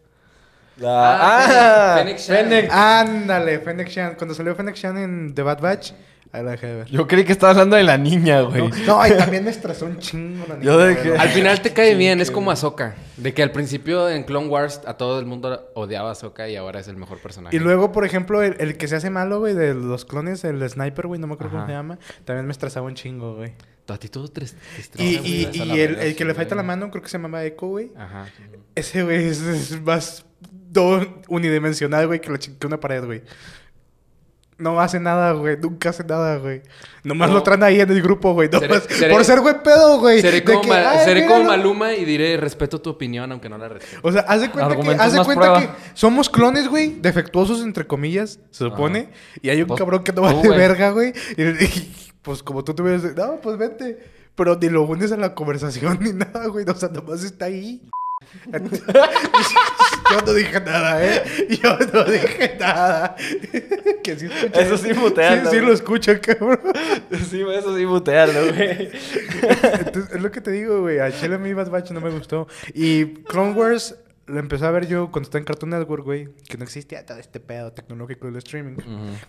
Speaker 2: La-
Speaker 3: Ah,
Speaker 2: ¡Ah!
Speaker 3: Fennec Shand.
Speaker 2: Fennec.
Speaker 1: Ándale, Fennec Shan. Cuando salió Fennec Shan en The Bad Batch, ahí la dejé de ver.
Speaker 2: Yo creí que estaba hablando de la niña, güey.
Speaker 1: No, y también me estresó un chingo la niña,
Speaker 2: Yo dejé-
Speaker 1: güey.
Speaker 3: Al final te cae bien, es como Ahsoka. De que al principio en Clone Wars a todo el mundo odiaba a Ahsoka y ahora es el mejor personaje.
Speaker 1: Y luego, por ejemplo, el, el que se hace malo, güey, de los clones, el sniper, güey, no me acuerdo cómo
Speaker 3: Ajá.
Speaker 1: se llama, también me estresaba un chingo, güey.
Speaker 3: Tu actitud tres.
Speaker 1: Y, y, y el, el que le falta la mano, creo que se llamaba Echo, güey.
Speaker 3: Ajá.
Speaker 1: Ese, güey, es, es más do- unidimensional, güey, que, la chi- que una pared, güey. No hace nada, güey. Nunca hace nada, güey. Nomás
Speaker 3: No.
Speaker 1: lo traen ahí en el grupo, güey.
Speaker 3: Seré-
Speaker 1: nomás-
Speaker 3: seré-
Speaker 1: por ser güey pedo, güey.
Speaker 3: Seré
Speaker 1: De
Speaker 3: como,
Speaker 1: que,
Speaker 3: Mal-
Speaker 1: "Ay,
Speaker 3: seré como
Speaker 1: míralo".
Speaker 3: Maluma y diré respeto tu opinión aunque no la respeto.
Speaker 1: O sea, haz de cuenta, que,
Speaker 2: Argumentos
Speaker 1: haz de
Speaker 2: más
Speaker 1: cuenta
Speaker 2: prueba.
Speaker 1: que somos clones, güey. Defectuosos, entre comillas, se supone. Y hay un
Speaker 2: Pues,
Speaker 1: cabrón que no
Speaker 2: tú,
Speaker 1: vale
Speaker 2: güey.
Speaker 1: verga, güey. Y, y, pues como tú te hubieras... No, pues vete. Pero ni lo unes a la conversación ni nada, güey. O sea, nomás está ahí. yo no dije nada, ¿eh? Yo no dije nada. que sí escuché.
Speaker 2: Eso sí mutealo,
Speaker 1: Sí, sí
Speaker 2: güey.
Speaker 1: lo escucho, cabrón.
Speaker 2: Sí, güey, eso sí, mutearlo, güey.
Speaker 1: Entonces, es lo que te digo, güey. A Chile a mí Bad Batch no me gustó. Y Clone Wars lo empecé a ver yo cuando estaba en Cartoon Network, güey. Que no existía todo este pedo tecnológico del streaming.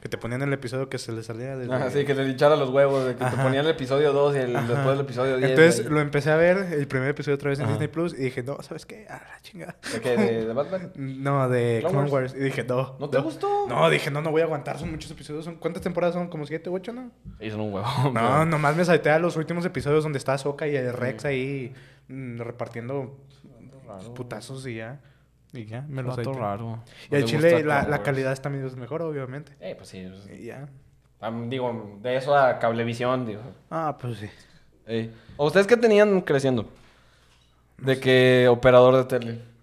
Speaker 1: Que te ponían el episodio que se le salía desde...
Speaker 2: Así Ah, que le hinchara los huevos, de que te
Speaker 1: Ajá.
Speaker 2: ponían el episodio 2 y el,
Speaker 1: Ajá.
Speaker 2: después el episodio 10.
Speaker 1: Entonces
Speaker 2: güey.
Speaker 1: lo empecé a ver, el primer episodio otra vez en
Speaker 2: Ajá.
Speaker 1: Disney Plus, y dije, no, ¿sabes qué? A la chingada.
Speaker 2: ¿De qué? ¿De, de Batman?
Speaker 1: No, de
Speaker 2: Clone
Speaker 1: Clone,
Speaker 2: Wars.
Speaker 1: Wars. Y dije, no.
Speaker 2: ¿No te gustó?
Speaker 1: No, dije, no, no voy a aguantar. Son muchos episodios. Son, ¿Cuántas temporadas son? ¿Como siete u ocho, no?
Speaker 2: Y son un huevo.
Speaker 1: No, nomás me saltea los últimos episodios donde está Soca y el Rex ahí mm, repartiendo Pues putazos y ya. Y ya, me lo salté.
Speaker 2: raro.
Speaker 1: Y al chile la, la calidad también es mejor, obviamente.
Speaker 2: Eh, pues sí. pues,
Speaker 1: Y ya.
Speaker 2: am- digo, de eso a cablevisión, digo.
Speaker 1: Ah, pues sí.
Speaker 2: Ey. ¿O ustedes qué tenían creciendo? De que operador de tele.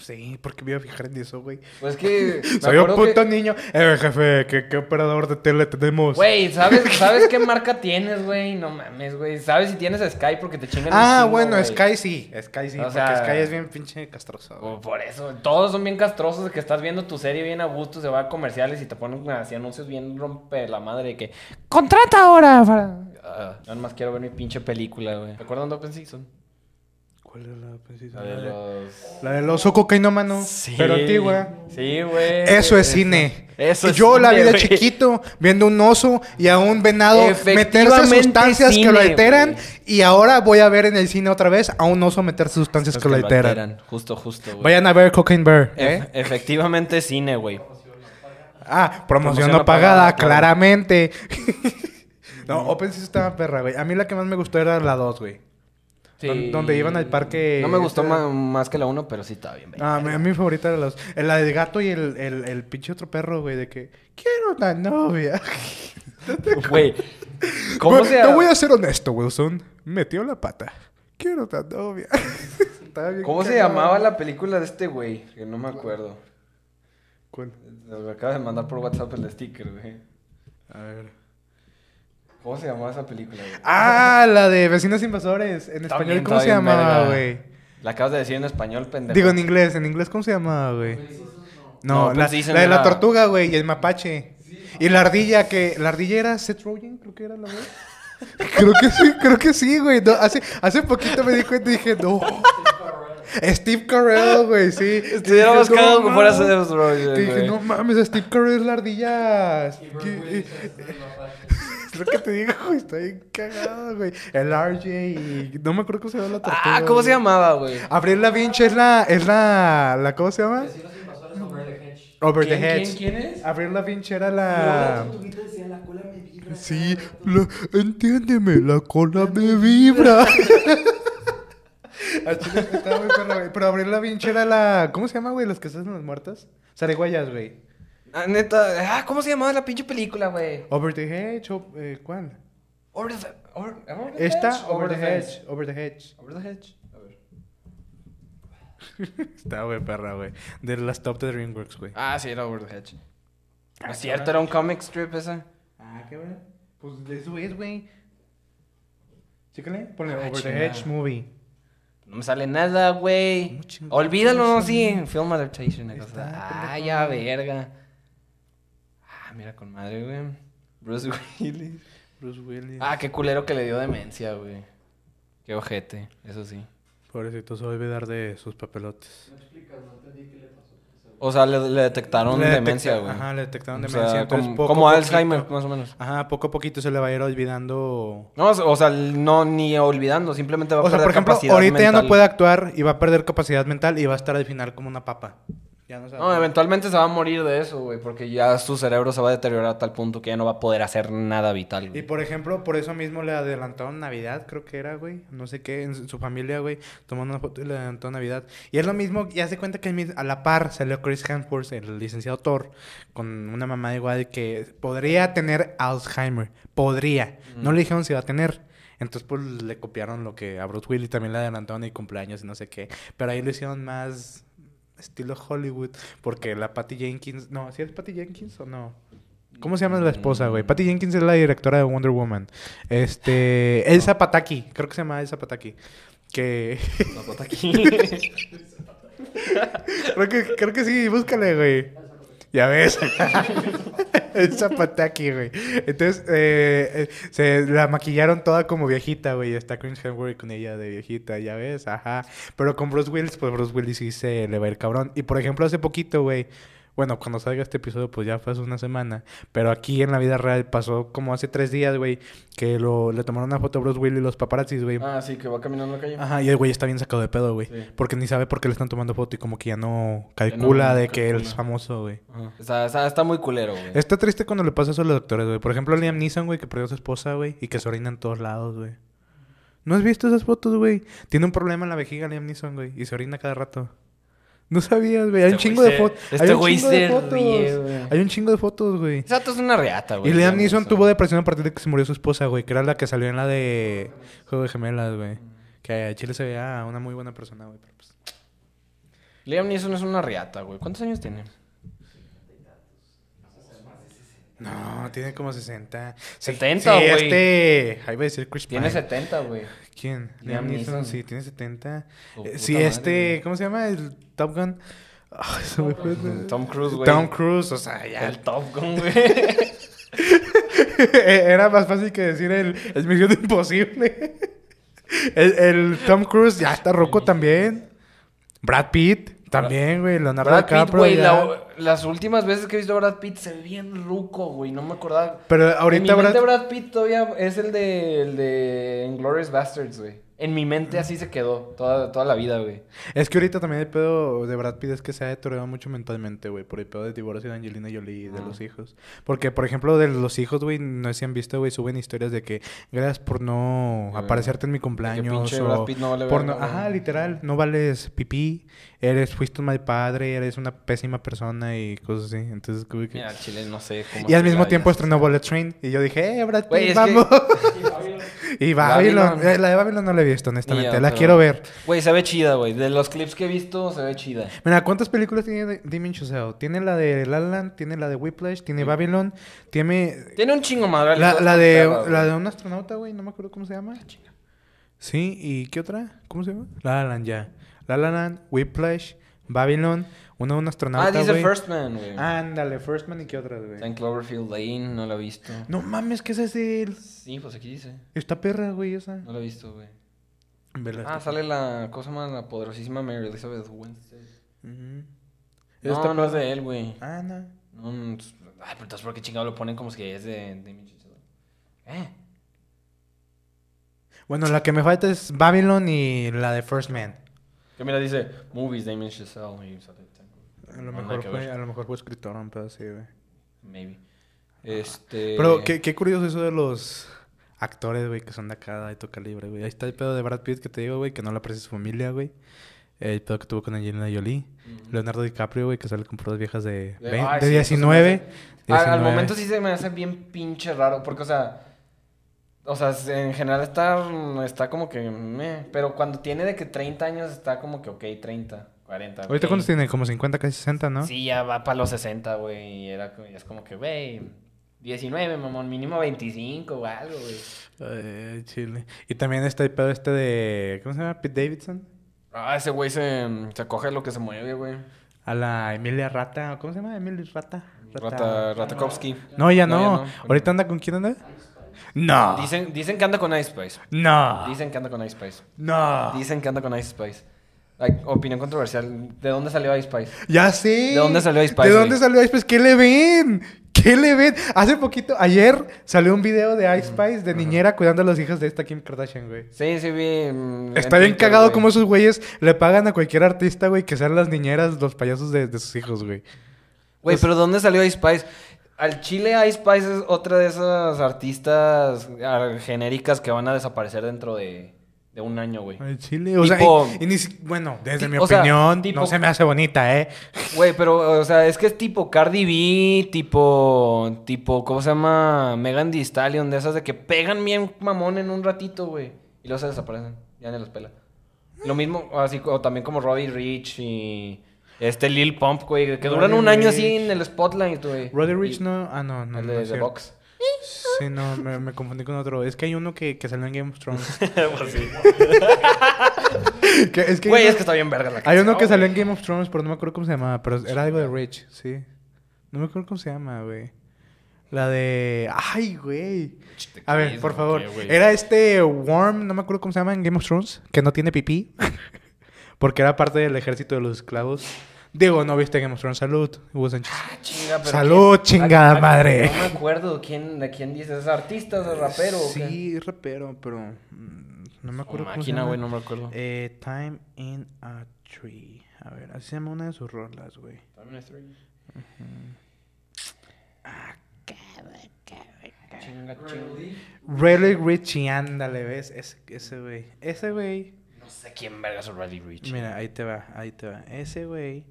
Speaker 1: Sí, porque me iba a fijar en eso, güey.
Speaker 2: Pues que. me
Speaker 1: Soy un
Speaker 2: acuerdo que-
Speaker 1: puto niño. Eh, jefe, ¿qué, qué operador de tele tenemos?
Speaker 2: Güey, ¿sabes, ¿sabes qué marca tienes, güey? No mames, güey. ¿Sabes si tienes Sky? Porque te chingan. un
Speaker 1: ah,
Speaker 2: chingo,
Speaker 1: bueno,
Speaker 2: güey.
Speaker 1: Sky sí. Sky sí,
Speaker 2: O
Speaker 1: porque
Speaker 2: sea- oh.
Speaker 1: Sky es bien pinche castroso. güey.
Speaker 2: O Pues, por eso, todos son bien castrosos de que estás viendo tu serie bien a gusto, se va a comerciales y te ponen así anuncios bien rompe la madre de que contrata ahora para... Ah, yo nomás quiero ver mi pinche película, güey. ¿Recuerdan Open Season?
Speaker 1: ¿Cuál era la precisa?
Speaker 2: La de los...
Speaker 1: La del oso cocainómano, pero antigua.
Speaker 2: Sí, güey.
Speaker 1: Eso es cine.
Speaker 2: Eso es
Speaker 1: Yo la vi
Speaker 2: cine,
Speaker 1: de
Speaker 2: güey.
Speaker 1: chiquito viendo un oso y a un venado meterse
Speaker 2: Efectivamente
Speaker 1: sustancias que lo
Speaker 2: cine,
Speaker 1: alteran
Speaker 2: güey.
Speaker 1: y ahora voy a ver en el cine otra vez a un oso meterse sustancias
Speaker 2: Los
Speaker 1: que, lo alteran.
Speaker 2: Justo, justo, güey.
Speaker 1: Vayan a ver Cocaine Bear.
Speaker 2: Ef-
Speaker 1: ¿eh?
Speaker 2: Efectivamente cine, güey.
Speaker 1: Ah, promoción
Speaker 2: Promoción
Speaker 1: no pagada,
Speaker 2: apagada, claro.
Speaker 1: claramente. no, Open sí estaba perra, güey. A mí la que más me gustó era la 2, güey. Don- donde iban al parque-
Speaker 2: No me gustó
Speaker 1: este-
Speaker 2: ma- más que la 1, pero sí estaba bien.
Speaker 1: Ah, mi, mi favorita era la 2. La del gato y el, el, el pinche otro perro, güey, de que quiero una novia.
Speaker 2: Güey, ¿cómo
Speaker 1: Güey,
Speaker 2: se
Speaker 1: Te voy a ser honesto, Wilson. Metió la pata. Quiero una novia. Estaba bien
Speaker 2: ¿Cómo se
Speaker 1: cagado.
Speaker 2: llamaba la película de este güey? Que no me acuerdo.
Speaker 1: ¿Cuál?
Speaker 2: Me acaba de mandar por WhatsApp el sticker, güey.
Speaker 1: A ver.
Speaker 2: ¿Cómo se llamaba esa película, güey?
Speaker 1: Ah, la de vecinos invasores. En español,
Speaker 2: También está
Speaker 1: ¿cómo se
Speaker 2: bien
Speaker 1: llamaba,
Speaker 2: verga.
Speaker 1: güey?
Speaker 2: La acabas de decir en español, pendejo.
Speaker 1: Digo, en inglés. ¿En inglés cómo se llamaba, güey?
Speaker 2: No,
Speaker 1: No, la,
Speaker 2: pues dicen
Speaker 1: la de la
Speaker 2: era-
Speaker 1: tortuga, güey, y el mapache. Y la ardilla, que... La ardilla era Seth Rogen, creo que era la güey. Creo que sí, creo que sí, güey. No, hace, hace poquito me di cuenta y dije, no. Steve Carell, güey, sí.
Speaker 2: Estuviera
Speaker 1: Dije,
Speaker 2: más
Speaker 1: "No
Speaker 2: cagado que fuera
Speaker 1: mames".
Speaker 2: Seth Rogen,
Speaker 1: Te dije,
Speaker 2: güey.
Speaker 1: no mames, Steve Carell es la ardilla. ¿Qué- Es lo que te digo, güey. Está bien cagado, güey. El RJ y... No me acuerdo cómo se llama la tortuga.
Speaker 2: Ah, ¿cómo se
Speaker 1: güey.
Speaker 2: llamaba, güey?
Speaker 1: Abril Lavinche es la... Es la, la ¿Cómo se llama? Over the
Speaker 2: ¿Quién-
Speaker 1: Hedge.
Speaker 2: quién- quién es?
Speaker 1: Abril Lavinche era la...
Speaker 4: decía, "La cola me vibra".
Speaker 1: Sí, la- entiéndeme, la cola me vibra. Al chile estaba muy perro, güey. Pero Abril Lavinche era la... ¿Cómo se llama, güey? Los que están en las muertas. Zareguayas, güey.
Speaker 2: Ah, neta, ah, ¿cómo se llamaba la pinche película, güey?
Speaker 1: Over the Hedge, o- eh, ¿cuál?
Speaker 2: Over the, over, over the
Speaker 1: Esta,
Speaker 2: Hedge,
Speaker 1: Over the Hedge, Over the Hedge.
Speaker 2: Over the Hedge. A ver.
Speaker 1: Está, güey, perra, güey. De las top de DreamWorks, güey.
Speaker 2: Ah, sí, era Over the Hedge. No es cierto, era un comic strip esa.
Speaker 1: Ah, qué bueno. Pues de eso es, güey. Chécale, ponle
Speaker 2: Ah,
Speaker 1: Over
Speaker 2: chingada.
Speaker 1: the Hedge Movie.
Speaker 2: No me sale nada, güey.
Speaker 1: ¿Cómo chingados
Speaker 2: Olvídalo, no,
Speaker 1: eso,
Speaker 2: sí. Film adaptation.
Speaker 1: Ahí
Speaker 2: o
Speaker 1: está,
Speaker 2: sea, Ah,
Speaker 1: pendejo.
Speaker 2: ya, verga. Ah, mira con madre, güey. Bruce Willis.
Speaker 1: Bruce Willis.
Speaker 2: Ah, qué culero que le dio demencia, güey. Qué ojete, eso sí.
Speaker 1: Pobrecito, se va a olvidar de sus papelotes.
Speaker 4: No explicas, no entendí qué le pasó. Seguro.
Speaker 2: O sea, le, le detectaron
Speaker 1: Le detecta-
Speaker 2: demencia, güey.
Speaker 1: Ajá, le detectaron
Speaker 2: O
Speaker 1: demencia.
Speaker 2: sea,
Speaker 1: entonces,
Speaker 2: como,
Speaker 1: poco
Speaker 2: como
Speaker 1: a
Speaker 2: Alzheimer,
Speaker 1: poquito-
Speaker 2: más o menos.
Speaker 1: Ajá, poco a poquito se le va a ir olvidando.
Speaker 2: No, o sea, no ni olvidando, simplemente va a
Speaker 1: O sea,
Speaker 2: perder
Speaker 1: por ejemplo,
Speaker 2: capacidad
Speaker 1: ahorita ya no
Speaker 2: mental.
Speaker 1: puede actuar y va a perder capacidad mental y va a estar al final como una papa. Ya no sabe.
Speaker 2: No, eventualmente se va a morir de eso, güey, porque ya su cerebro se va a deteriorar a tal punto que ya no va a poder hacer nada vital.
Speaker 1: Y
Speaker 2: güey.
Speaker 1: por ejemplo, por eso mismo le adelantaron Navidad, creo que era, güey. No sé qué, en su su familia, güey. Tomando una foto y le adelantó Navidad. Y es lo mismo, ya se cuenta que el mis- a la par salió Chris Hemsworth, el licenciado Thor, con una mamá igual que podría tener Alzheimer. Podría. No le dijeron si va a tener. Entonces, pues le copiaron lo que a Bruce Willis también le adelantaron el cumpleaños y no sé qué. Pero ahí lo hicieron más estilo Hollywood, porque la Patty Jenkins. No, ¿sí es Patty Jenkins o no? ¿Cómo se llama la esposa, güey? Patty Jenkins es la directora de Wonder Woman. Este. Elsa Pataki. Creo que se llama Elsa Pataki. Que. creo, que creo que sí, búscale, güey. Ya ves. Elsa Pataki, güey. Entonces, eh, eh, se la maquillaron toda como viejita, güey. Está Chris Hemsworth con ella de viejita, ya ves, ajá. Pero con Bruce Willis, pues Bruce Willis sí se le va el cabrón. Y por ejemplo, hace poquito, güey. Bueno, cuando salga este episodio, pues ya fue hace una semana. Pero aquí en la vida real pasó como hace tres días, güey, que lo, le tomaron una foto a Bruce Willis y los paparazzis, güey.
Speaker 2: Ah, sí, que va caminando en la calle.
Speaker 1: Ajá, y el güey está bien sacado de pedo, güey.
Speaker 2: Sí.
Speaker 1: Porque ni sabe por qué le están tomando foto y como que ya no calcula de que él es
Speaker 2: calcula.
Speaker 1: famoso, güey.
Speaker 2: Ajá. Está, está- está muy culero, güey.
Speaker 1: Está triste cuando le pasa eso a los doctores, güey. Por ejemplo, Liam Neeson, güey, que perdió a su esposa, güey, y que se orina en todos lados, güey. ¿No has visto esas fotos, güey? Tiene un problema en la vejiga Liam Neeson, güey, y se orina cada rato. No sabías, güey. Hay un
Speaker 2: Este
Speaker 1: chingo
Speaker 2: güey
Speaker 1: de
Speaker 2: se-
Speaker 1: fotos.
Speaker 2: este
Speaker 1: Hay un
Speaker 2: güey
Speaker 1: chingo de
Speaker 2: se
Speaker 1: fotos.
Speaker 2: ríe, güey.
Speaker 1: Hay un chingo de fotos, güey.
Speaker 2: Ese vato es una reata, güey.
Speaker 1: Y Liam Neeson tuvo
Speaker 2: de...
Speaker 1: depresión a partir de que se murió su esposa, güey, que era la que salió en la de Juego de Gemelas, güey. Que a Chile se veía una muy buena persona, güey. pero pues-
Speaker 2: Liam Neeson es una riata, güey. ¿Cuántos años tiene?
Speaker 1: No, tiene como 60. Sí, Sí,
Speaker 2: 70, güey.
Speaker 1: este. Ahí va a decir Chris
Speaker 2: Tiene
Speaker 1: Pine.
Speaker 2: 70, güey.
Speaker 1: ¿Quién? Liam
Speaker 2: Liam
Speaker 1: Neeson,
Speaker 2: Neeson.
Speaker 1: sí, tiene 70.
Speaker 2: Su
Speaker 1: Eh,
Speaker 2: puta
Speaker 1: sí,
Speaker 2: madre,
Speaker 1: este,
Speaker 2: güey.
Speaker 1: ¿cómo se llama? El Top Gun. Ah, eso me fue-
Speaker 2: Tom Cruise, güey.
Speaker 1: Tom Cruise, o sea, ya.
Speaker 2: El Top Gun, güey.
Speaker 1: Era más fácil que decir el, el Misión Imposible. El, el Tom Cruise ya está roco también. Brad Pitt también, güey. Leonardo
Speaker 2: Brad Pitt,
Speaker 1: DiCaprio.
Speaker 2: güey.
Speaker 1: ya.
Speaker 2: la- las últimas veces que he visto a Brad Pitt se ve bien ruco, güey. No me acordaba.
Speaker 1: Pero
Speaker 2: En mi
Speaker 1: ahorita Brad...
Speaker 2: mente Brad Pitt todavía es el de, el de Inglourious Bastards, güey. En mi mente así se quedó toda, toda la vida, güey.
Speaker 1: Es que ahorita también el pedo de Brad Pitt es que se ha deteriorado mucho mentalmente, güey. Por el pedo de divorcio de Angelina Jolie y de
Speaker 2: Ah.
Speaker 1: los hijos. Porque, por ejemplo, de los hijos, güey, no sé si han visto, güey, suben historias de que gracias por no
Speaker 2: Ya veo.
Speaker 1: aparecerte en mi
Speaker 2: Ah, Que
Speaker 1: cumpleaños.
Speaker 2: pinche
Speaker 1: o
Speaker 2: Brad Pitt no vale
Speaker 1: por
Speaker 2: verga,
Speaker 1: no-
Speaker 2: güey.
Speaker 1: Ajá, literal. No vales pipí. Eres, fuiste un mal padre. Eres una pésima persona y cosas así. Entonces, como que...
Speaker 2: Mira, al Chile no sé cómo.
Speaker 1: Y al
Speaker 2: se
Speaker 1: mismo
Speaker 2: la-
Speaker 1: tiempo
Speaker 2: ya-
Speaker 1: estrenó Bullet Train. Y yo dije, eh, Brad Pitt,
Speaker 2: Güey, es que-
Speaker 1: vamos. y Babylon.
Speaker 2: Babylon.
Speaker 1: Eh, La de Babylon no la he visto, honestamente.
Speaker 2: Ni yo,
Speaker 1: la
Speaker 2: pero-
Speaker 1: quiero ver.
Speaker 2: Güey, se ve chida, güey. De los clips que he visto, se ve chida.
Speaker 1: Mira, ¿cuántas películas tiene Damien Chazelle? Tiene la de La La Land, tiene la de Whiplash, tiene Babylon, tiene
Speaker 2: Tiene un chingo madre.
Speaker 1: la, la de la de un astronauta, güey, no me acuerdo cómo se llama.
Speaker 2: Ah,
Speaker 1: Sí, ¿y qué otra? ¿Cómo se llama? La La Land ya. La La Land, Whiplash, Babylon, una de un
Speaker 2: Ah,
Speaker 1: astronauta,
Speaker 2: dice
Speaker 1: güey.
Speaker 2: First Man, güey.
Speaker 1: Ándale, First Man y qué otras,
Speaker 2: Está
Speaker 1: güey.
Speaker 2: en Cloverfield Lane, no la he visto.
Speaker 1: No mames, ¿qué es ese?
Speaker 2: Sí, pues aquí dice.
Speaker 1: Esta perra, güey, esa.
Speaker 2: No la he visto, güey.
Speaker 1: Vela,
Speaker 2: Ah,
Speaker 1: está-
Speaker 2: sale la cosa más, la poderosísima Mary Elizabeth Winstead.
Speaker 1: Ujú.
Speaker 2: No,
Speaker 1: Esta-
Speaker 2: no es de él, güey.
Speaker 1: Ah, no.
Speaker 2: No, no, es- ay, pero entonces, ¿por qué chingado lo ponen como si que es de Damien Chazelle? Eh.
Speaker 1: Bueno, la que me falta es Babylon y la de First Man.
Speaker 2: Que mira, dice Movies Damien Chazelle. Y sale Tango.
Speaker 1: A lo
Speaker 2: No, nada
Speaker 1: mejor
Speaker 2: que
Speaker 1: fue,
Speaker 2: ver.
Speaker 1: a lo mejor fue escritor, un pedo así, güey.
Speaker 2: Maybe. Este.
Speaker 1: Pero qué, qué curioso eso de los actores, güey, que son de acá, de tu calibre, güey. Ahí está el pedo de Brad Pitt que te digo, güey, que no le aprecia su familia, güey. El pedo que tuvo con Angelina Jolie.
Speaker 2: Ujú.
Speaker 1: Leonardo DiCaprio, güey, que sale con puras viejas de,
Speaker 2: De-
Speaker 1: vein-
Speaker 2: ay,
Speaker 1: de
Speaker 2: sí, eso se me
Speaker 1: 19,
Speaker 2: hace- Al- Al
Speaker 1: 19.
Speaker 2: momento sí se me hace bien pinche raro, porque, o sea, o sea, s- en general está, está como que, meh, pero cuando tiene de que 30 años está como que, ok, 30, 40.
Speaker 1: Ahorita
Speaker 2: ok.
Speaker 1: cuántos tiene, como 50, casi 60, ¿no?
Speaker 2: Sí, ya va para los 60, güey, y era, co- y es como que, güey, 19, mamón, mínimo 25 o algo, güey.
Speaker 1: Ay, chile. Y también está el pedo este de, ¿cómo se llama? Pete Davidson.
Speaker 2: Ah, ese güey se, se coge lo que se mueve, güey.
Speaker 1: A la Emilia Rata, ¿cómo se llama? Emilia Rata.
Speaker 2: Rata, Ratakovsky.
Speaker 1: No, ya no.
Speaker 2: No, ya no.
Speaker 1: Ahorita anda con quién anda. No.
Speaker 2: Dicen, dicen que anda con Ice Spice.
Speaker 1: No.
Speaker 2: Dicen que anda con Ice Spice.
Speaker 1: No.
Speaker 2: Dicen que anda con Ice Spice. Ay, opinión controversial. ¿De dónde salió Ice Spice?
Speaker 1: Ya sé.
Speaker 2: ¿De dónde salió Ice Spice,
Speaker 1: ¿De dónde
Speaker 2: güey?
Speaker 1: salió Ice Spice? ¿Qué le ven? ¿Qué le ven? Hace poquito, ayer salió un video de Ice Spice de niñera cuidando a las hijas de esta Kim Kardashian, güey.
Speaker 2: Sí, sí vi. mm,
Speaker 1: Está
Speaker 2: en
Speaker 1: bien
Speaker 2: Twitter,
Speaker 1: cagado
Speaker 2: güey.
Speaker 1: como esos güeyes le pagan a cualquier artista, güey, que sean las niñeras, los payasos de, de sus hijos, güey.
Speaker 2: Güey,
Speaker 1: pues
Speaker 2: pero ¿dónde salió Ice Spice? Al Chile Ice Spice es otra de esas artistas ah, genéricas que van a desaparecer dentro de, de un año, güey.
Speaker 1: Ay, chile. O
Speaker 2: Tipo-
Speaker 1: sea, y- y ni si- bueno, desde
Speaker 2: Ti-
Speaker 1: mi
Speaker 2: o sea,
Speaker 1: opinión,
Speaker 2: tipo-
Speaker 1: no se me hace bonita, ¿eh?
Speaker 2: Güey, pero, o sea, es que es tipo Cardi B, tipo, tipo, ¿cómo se llama? Megan Thee Stallion, de esas de que pegan bien mamón en un ratito, güey. Y luego se desaparecen, ya ni los pela. Lo mismo, así, o también como Robbie Rich y este Lil Pump, güey, que duran
Speaker 1: Roddy
Speaker 2: un año así
Speaker 1: Ricch.
Speaker 2: en el spotlight, güey.
Speaker 1: Roddy Rich
Speaker 2: Y-
Speaker 1: no. Ah, no, no.
Speaker 2: el
Speaker 1: no
Speaker 2: de
Speaker 1: es
Speaker 2: The
Speaker 1: cierto.
Speaker 2: Box.
Speaker 1: Sí, no, me, me confundí con otro. Es que hay uno que, que salió en Game of Thrones. Que- es que hay
Speaker 2: Pues Güey,
Speaker 1: uno-
Speaker 2: es que está bien verga la
Speaker 1: Hay uno que
Speaker 2: canción,
Speaker 1: salió
Speaker 2: güey.
Speaker 1: en Game of Thrones, pero no me acuerdo cómo se llamaba. Pero era algo de Rich, sí. No me acuerdo cómo se llama, güey. La de. Ay, güey. A ver, por favor. Era este Worm, no me acuerdo cómo se llama en Game of Thrones, que no tiene pipí. Porque era parte del ejército de los esclavos. Digo, no viste Game of Thrones. Salud. Hugo Sánchez.
Speaker 2: Chinga, pero
Speaker 1: Salud,
Speaker 2: ¿quién-
Speaker 1: chingada
Speaker 2: a- a-
Speaker 1: madre.
Speaker 2: No me acuerdo quién, de quién dices, ¿es artista, es rapero? o qué?
Speaker 1: Sí, rapero, pero. mm, No me
Speaker 2: O
Speaker 1: acuerdo cómo se
Speaker 2: máquina,
Speaker 1: llama.
Speaker 2: güey, no me acuerdo.
Speaker 1: Eh, Time in a Tree. A ver, así se llama una de sus rolas, güey.
Speaker 2: Chinga, chinga.
Speaker 1: Really Richie, ándale, ves. Ese, ese güey. Ese güey.
Speaker 2: No sé quién verga es Riley Rich.
Speaker 1: Mira, ahí te va, ahí te va. Ese güey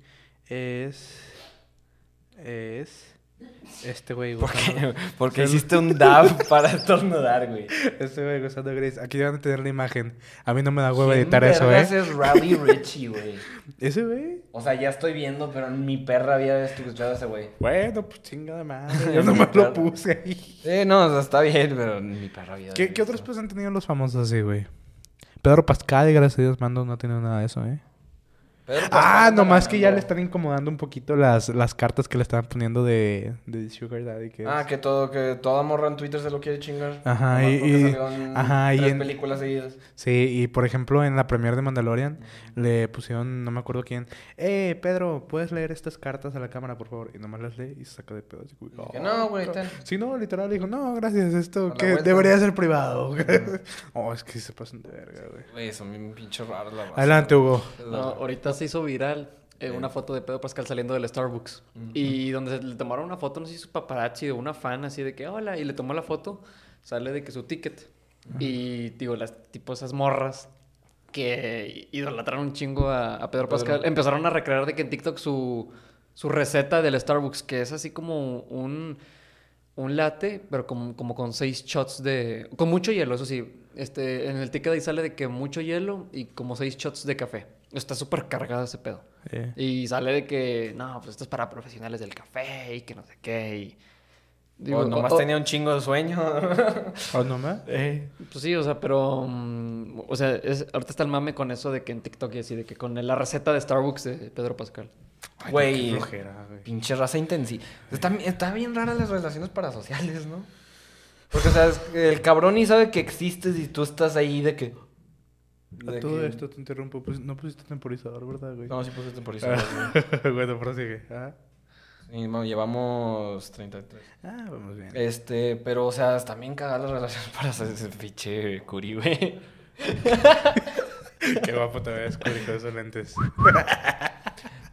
Speaker 1: es. Es. Este güey
Speaker 2: ¿Por
Speaker 1: gozando-
Speaker 2: qué? Porque hiciste un dab para estornudar, güey.
Speaker 1: Este güey gozando Grace. Aquí van a tener la imagen. A mí no me da huevo
Speaker 2: ¿Quién
Speaker 1: editar eso,
Speaker 2: vergas
Speaker 1: ¿eh?
Speaker 2: es Riley Richie, güey.
Speaker 1: Ese güey.
Speaker 2: O sea, ya estoy viendo, pero en mi perra había escuchado a ese güey.
Speaker 1: Bueno, pues chingada madre. Yo nomás lo puse ahí.
Speaker 2: Sí, no, o sea, está bien, pero en mi perra había.
Speaker 1: ¿Qué, qué
Speaker 2: visto.
Speaker 1: otros pues han tenido los famosos así, güey? Pedro Pascal, gracias a Dios, mando no ha tenido nada de eso, ¿eh?
Speaker 2: Pedro Pascal
Speaker 1: Ah,
Speaker 2: está
Speaker 1: nomás que ya
Speaker 2: ganando.
Speaker 1: le están incomodando un poquito las, las cartas que le estaban poniendo de, de Sugar Daddy. Que
Speaker 2: Ah,
Speaker 1: es-
Speaker 2: que todo, que toda morra en Twitter se lo quiere chingar.
Speaker 1: Ajá,
Speaker 2: Nomás
Speaker 1: y-
Speaker 2: porque
Speaker 1: y-
Speaker 2: salió en
Speaker 1: ajá, y
Speaker 2: tres
Speaker 1: en-
Speaker 2: películas seguidas.
Speaker 1: Sí, y por ejemplo, en la premiere de Mandalorian le pusieron, no me acuerdo quién, eh, Pedro, ¿puedes leer estas cartas a la cámara, por favor? Y nomás las lee y se saca de pedo. Así, como,
Speaker 2: Y que, "No, güey,
Speaker 1: ca-".
Speaker 2: ten.
Speaker 1: Oh, Sí, no, literal, le dijo, no, gracias,
Speaker 2: A
Speaker 1: esto
Speaker 2: la
Speaker 1: que
Speaker 2: vuelta".
Speaker 1: debería ser privado. oh, es que se pasan de verga, güey.
Speaker 2: Güey, son bien pinche raros la raza.
Speaker 1: Adelante, Hugo.
Speaker 5: No, ahorita se hizo viral eh, una foto de Pedro Pascal saliendo del Starbucks. Y donde se le tomaron una foto, no sé si su paparazzi o una fan así de que hola, y le tomó la foto, sale de que su ticket. Y digo, las tipo esas morras que idolatraron un chingo a, a Pedro Pascal, empezaron a recrear de que en TikTok su, su receta del Starbucks, que es así como un, un latte, pero como, como con seis shots de... Con mucho hielo, eso sí. Este, en el ticket ahí sale de que mucho hielo y como seis shots de café. Está súper cargado ese pedo.
Speaker 1: Eh,
Speaker 5: Y sale de que, no, pues esto es para profesionales del café y que no sé qué. Y,
Speaker 2: o nomás
Speaker 5: oh, oh,
Speaker 2: tenía un chingo de sueño.
Speaker 1: ¿O no más?
Speaker 5: Pues sí, o sea, pero. mm, o sea, es- ahorita está el mame con eso de que en TikTok y así, de que con la receta de Starbucks de Pedro Pascal.
Speaker 1: Ay,
Speaker 2: Güey.
Speaker 1: qué flojera, güey.
Speaker 2: pinche raza intensiva. Está, está bien raras las relaciones parasociales, ¿no? Porque, o sea, es que el cabrón ni sabe que existes y tú estás ahí de que...
Speaker 1: A
Speaker 2: de
Speaker 1: todo
Speaker 2: que-
Speaker 1: esto te interrumpo, pues no pusiste temporizador, ¿verdad, güey?
Speaker 2: No, sí pues, puse temporizador.
Speaker 1: Ah, bueno, prosigue. Ah,
Speaker 2: güey. Y, bueno, llevamos 33.
Speaker 1: ah, vamos bien.
Speaker 2: Este, pero, o sea, están bien cagadas las relaciones parasociales. Pinche curi, güey.
Speaker 1: Qué guapo te ves, Curi, con esos lentes.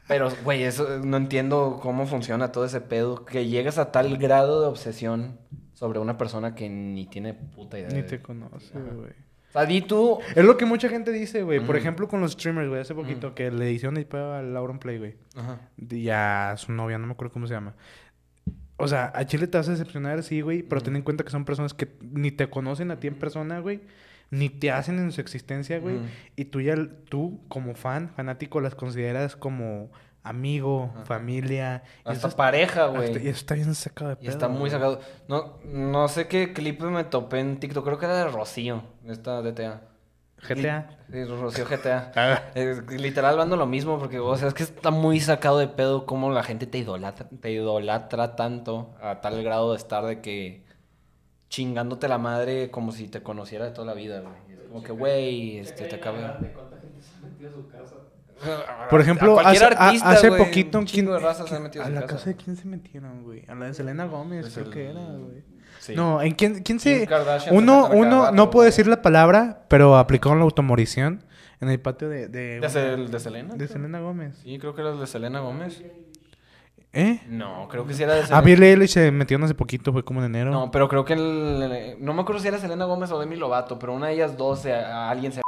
Speaker 2: Pero, güey, eso eh, no entiendo cómo funciona todo ese pedo. Que llegas a tal grado de obsesión sobre una persona que ni tiene puta idea.
Speaker 1: Ni
Speaker 2: de-
Speaker 1: te conoce,
Speaker 2: Ajá.
Speaker 1: güey.
Speaker 2: O sea, di tú.
Speaker 1: Es lo que mucha gente dice, güey. Por
Speaker 2: Mm.
Speaker 1: ejemplo, con los streamers, güey. Hace poquito que le hicieron el pedo a Lauren Play, güey.
Speaker 2: Ajá.
Speaker 1: Y a su novia, no me acuerdo cómo se llama. O sea, a Chile te vas a decepcionar, sí, güey. Pero ten en cuenta que son personas que ni te conocen a ti en persona, güey. Ni te hacen en su existencia, güey.
Speaker 2: Ujú.
Speaker 1: Y tú ya, tú como fan, fanático, las consideras como amigo,
Speaker 2: Ajá.
Speaker 1: familia. Y
Speaker 2: Hasta
Speaker 1: eso es-
Speaker 2: pareja,
Speaker 1: hasta- y
Speaker 2: güey.
Speaker 1: eso está bien sacado de pedo.
Speaker 2: Y está muy
Speaker 1: güey.
Speaker 2: sacado. No, no sé qué clip me topé en TikTok. Creo que era de Rocío, esta DTA.
Speaker 1: GTA.
Speaker 2: Sí, Rocío GTA.
Speaker 1: Ah.
Speaker 2: Eh, literal, hablando lo mismo, porque, o sea, es que está muy sacado de pedo cómo la gente te idolatra, te idolatra tanto a tal grado de estar de que chingándote la madre como si te conociera de toda la vida, güey. Es como que, güey, este, te acaba.
Speaker 1: Por ejemplo, hace,
Speaker 2: cualquier
Speaker 1: a-
Speaker 2: artista,
Speaker 1: hace
Speaker 2: güey,
Speaker 1: poquito...
Speaker 2: un chingo
Speaker 1: ¿quién-
Speaker 2: de raza se ha metido
Speaker 1: a
Speaker 2: en su
Speaker 1: la
Speaker 2: casa.
Speaker 1: casa de quién se metieron, güey. A la de Selena Gómez,
Speaker 2: Pues
Speaker 1: creo
Speaker 2: el-
Speaker 1: que era, güey.
Speaker 2: Sí.
Speaker 1: No, ¿en quién, quién
Speaker 2: Kim
Speaker 1: se...?
Speaker 2: Kardashian se
Speaker 1: Uno,
Speaker 2: mete a la
Speaker 1: uno
Speaker 2: casa,
Speaker 1: no puedo
Speaker 2: güey.
Speaker 1: decir la palabra, pero aplicaron la automorición en el patio de... De,
Speaker 2: ¿De, Sel- de Selena?
Speaker 1: de
Speaker 2: creo?
Speaker 1: Selena Gómez.
Speaker 2: Sí, creo que era el de Selena Gómez.
Speaker 1: ¿Eh?
Speaker 2: No, creo que sí era de Selena.
Speaker 1: A Billie Eilish se metieron hace poquito, fue como en enero.
Speaker 2: No, pero creo que el- no me acuerdo si era Selena Gómez o Demi Lovato, pero una de ellas dos se- a alguien se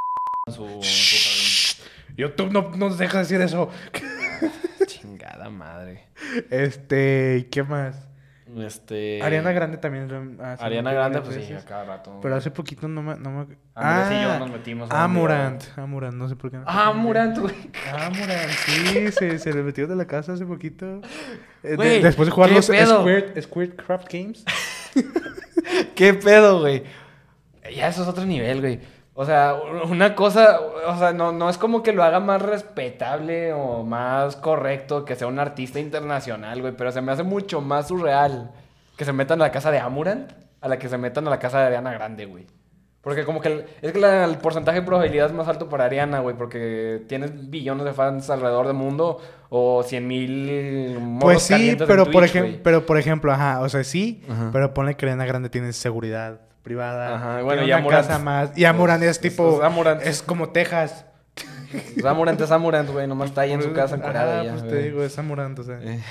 Speaker 2: en su, en su
Speaker 1: YouTube no nos deja decir eso.
Speaker 3: Chingada madre.
Speaker 1: Este, ¿qué más?
Speaker 2: jardín. Este
Speaker 1: Ariana Grande también. lo- ah, se
Speaker 2: Ariana
Speaker 1: metió
Speaker 2: Grande
Speaker 1: varias
Speaker 2: pues sí, a
Speaker 1: veces.
Speaker 2: cada rato.
Speaker 1: Pero hace Ah, poquito no me... No me...
Speaker 2: Andrés y yo nos metimos a un video.
Speaker 1: Amurant, Amurant, no sé por qué. no.
Speaker 2: Ah, Murant, güey.
Speaker 1: Amurant, sí, se, se le metió de la casa hace poquito. Eh, de-
Speaker 2: Güey,
Speaker 1: después de jugar
Speaker 2: ¿qué
Speaker 1: los
Speaker 2: pedo?
Speaker 1: Squirt, Craft Games.
Speaker 2: ¿Qué pedo, güey? Ya eso es otro nivel, güey. O sea, una cosa, o sea, no, no es como que lo haga más respetable o más correcto que sea un artista internacional, güey, pero se me hace mucho más surreal que se metan a la casa de Amurant a la que se metan a la casa de Ariana Grande, güey. Porque como que el- es que la- el porcentaje de probabilidad es más alto para Ariana, güey, porque tienes billones de fans alrededor del mundo o cien mil...
Speaker 1: Pues sí, pero por, ejem- pero por ejemplo, ajá, o sea, sí, pero ponle que Ariana Grande tiene seguridad privada.
Speaker 2: Ajá, y bueno,
Speaker 1: tiene
Speaker 2: y
Speaker 1: una
Speaker 2: Amurant.
Speaker 1: casa más. Y Amurant es,
Speaker 2: Es-
Speaker 1: tipo,
Speaker 2: es Amurant.
Speaker 1: es como Texas.
Speaker 2: Zamorant Pues es Zamorant, güey. Nomás está ahí en su
Speaker 1: Ajá,
Speaker 2: casa encuerada. y ya,
Speaker 1: pues te
Speaker 2: güey. Eh,
Speaker 1: digo, es Amurant, o sea.
Speaker 5: Eh,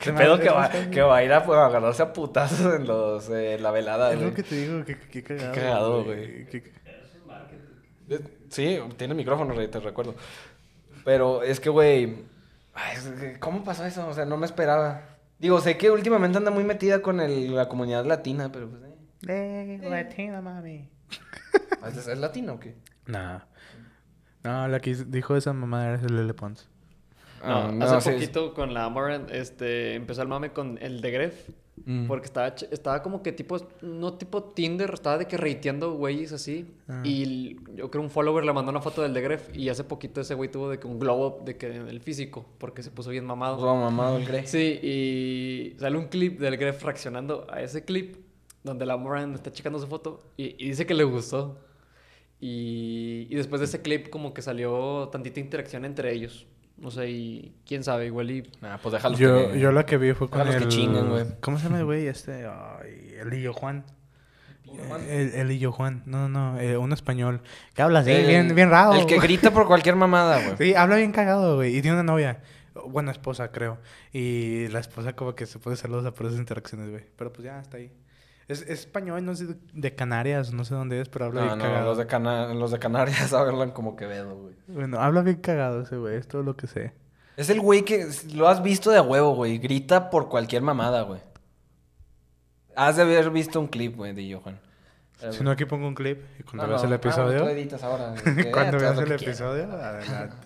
Speaker 2: Qué
Speaker 1: Se me
Speaker 2: pedo
Speaker 1: hace-
Speaker 2: que
Speaker 1: eso
Speaker 2: va,
Speaker 1: está bien.
Speaker 2: que va a ir a, pues, a agarrarse a putazos en los, eh, en la velada,
Speaker 1: Es
Speaker 2: güey.
Speaker 1: lo que te digo, que, que, que cagado.
Speaker 2: cagado, güey.
Speaker 1: Que-
Speaker 2: Eh, Sí, tiene micrófono, Rey, te recuerdo. Pero es que, güey... ay, es que, ¿Cómo pasó eso? O sea, no me esperaba. Digo, sé que últimamente anda muy metida con el- la comunidad latina, pero pues... eh.
Speaker 1: Eh, latina, mami.
Speaker 2: ¿Es, es latino o qué?
Speaker 1: Nah. No, la que dijo esa mamá era Lele Pons.
Speaker 5: No,
Speaker 2: Ah,
Speaker 5: hace
Speaker 2: sí, es-
Speaker 5: poquito con la Amaran este, empezó el mame con el de Gref.
Speaker 2: Mm.
Speaker 5: Porque estaba, ch- estaba como que tipo, no tipo Tinder, estaba de que reiteando güeyes así.
Speaker 1: Ah.
Speaker 5: Y l- yo creo un follower le mandó una foto del de Gref. Y hace poquito ese güey tuvo de que un globo de que en el físico, porque se puso bien mamado.
Speaker 2: Todo mamado el Grey.
Speaker 5: Sí, y sale un clip del Gref reaccionando a ese clip donde la Moran está checando su foto y, y dice que le gustó. Y, y después de ese clip como que salió tantita interacción entre ellos. No sé, y quién sabe, igual y...
Speaker 2: Nah, pues déjalo.
Speaker 1: Yo,
Speaker 2: que-
Speaker 1: yo la que vi fue con
Speaker 2: Para los
Speaker 1: el...
Speaker 2: que chingan, güey.
Speaker 1: ¿Cómo se llama el güey este? Ay, el Illo Juan. Eh, El, el Illo Juan. No, no, no. eh, un español. Que habla así,
Speaker 2: el-
Speaker 1: bien, bien raro.
Speaker 2: El que grita por cualquier mamada, güey.
Speaker 1: Sí, habla bien cagado, güey. Y tiene una novia. Buena esposa, creo. Y la esposa como que se pone celosa por esas interacciones, güey. Pero pues ya, hasta ahí. Es, es español, no sé, de- de Canarias, no sé dónde es, pero habla
Speaker 2: No,
Speaker 1: bien
Speaker 2: no,
Speaker 1: cagado.
Speaker 2: los de, Cana- los de Canarias hablan como Quevedo, güey.
Speaker 1: Bueno, habla bien cagado ese güey, es todo lo que sé.
Speaker 2: Es el güey que s- lo has visto de a huevo, güey. Grita por cualquier mamada, güey. Has de haber visto un clip, güey, de Johan. Eh,
Speaker 1: Si no, aquí pongo un clip y cuando
Speaker 2: no,
Speaker 1: veas
Speaker 2: no.
Speaker 1: el
Speaker 2: Ah, bueno,
Speaker 1: episodio.
Speaker 2: tú editas ahora. güey. Que,
Speaker 1: cuando
Speaker 2: eh, tú
Speaker 1: veas
Speaker 2: haz lo
Speaker 1: el
Speaker 2: que quieras.
Speaker 1: episodio, adelante.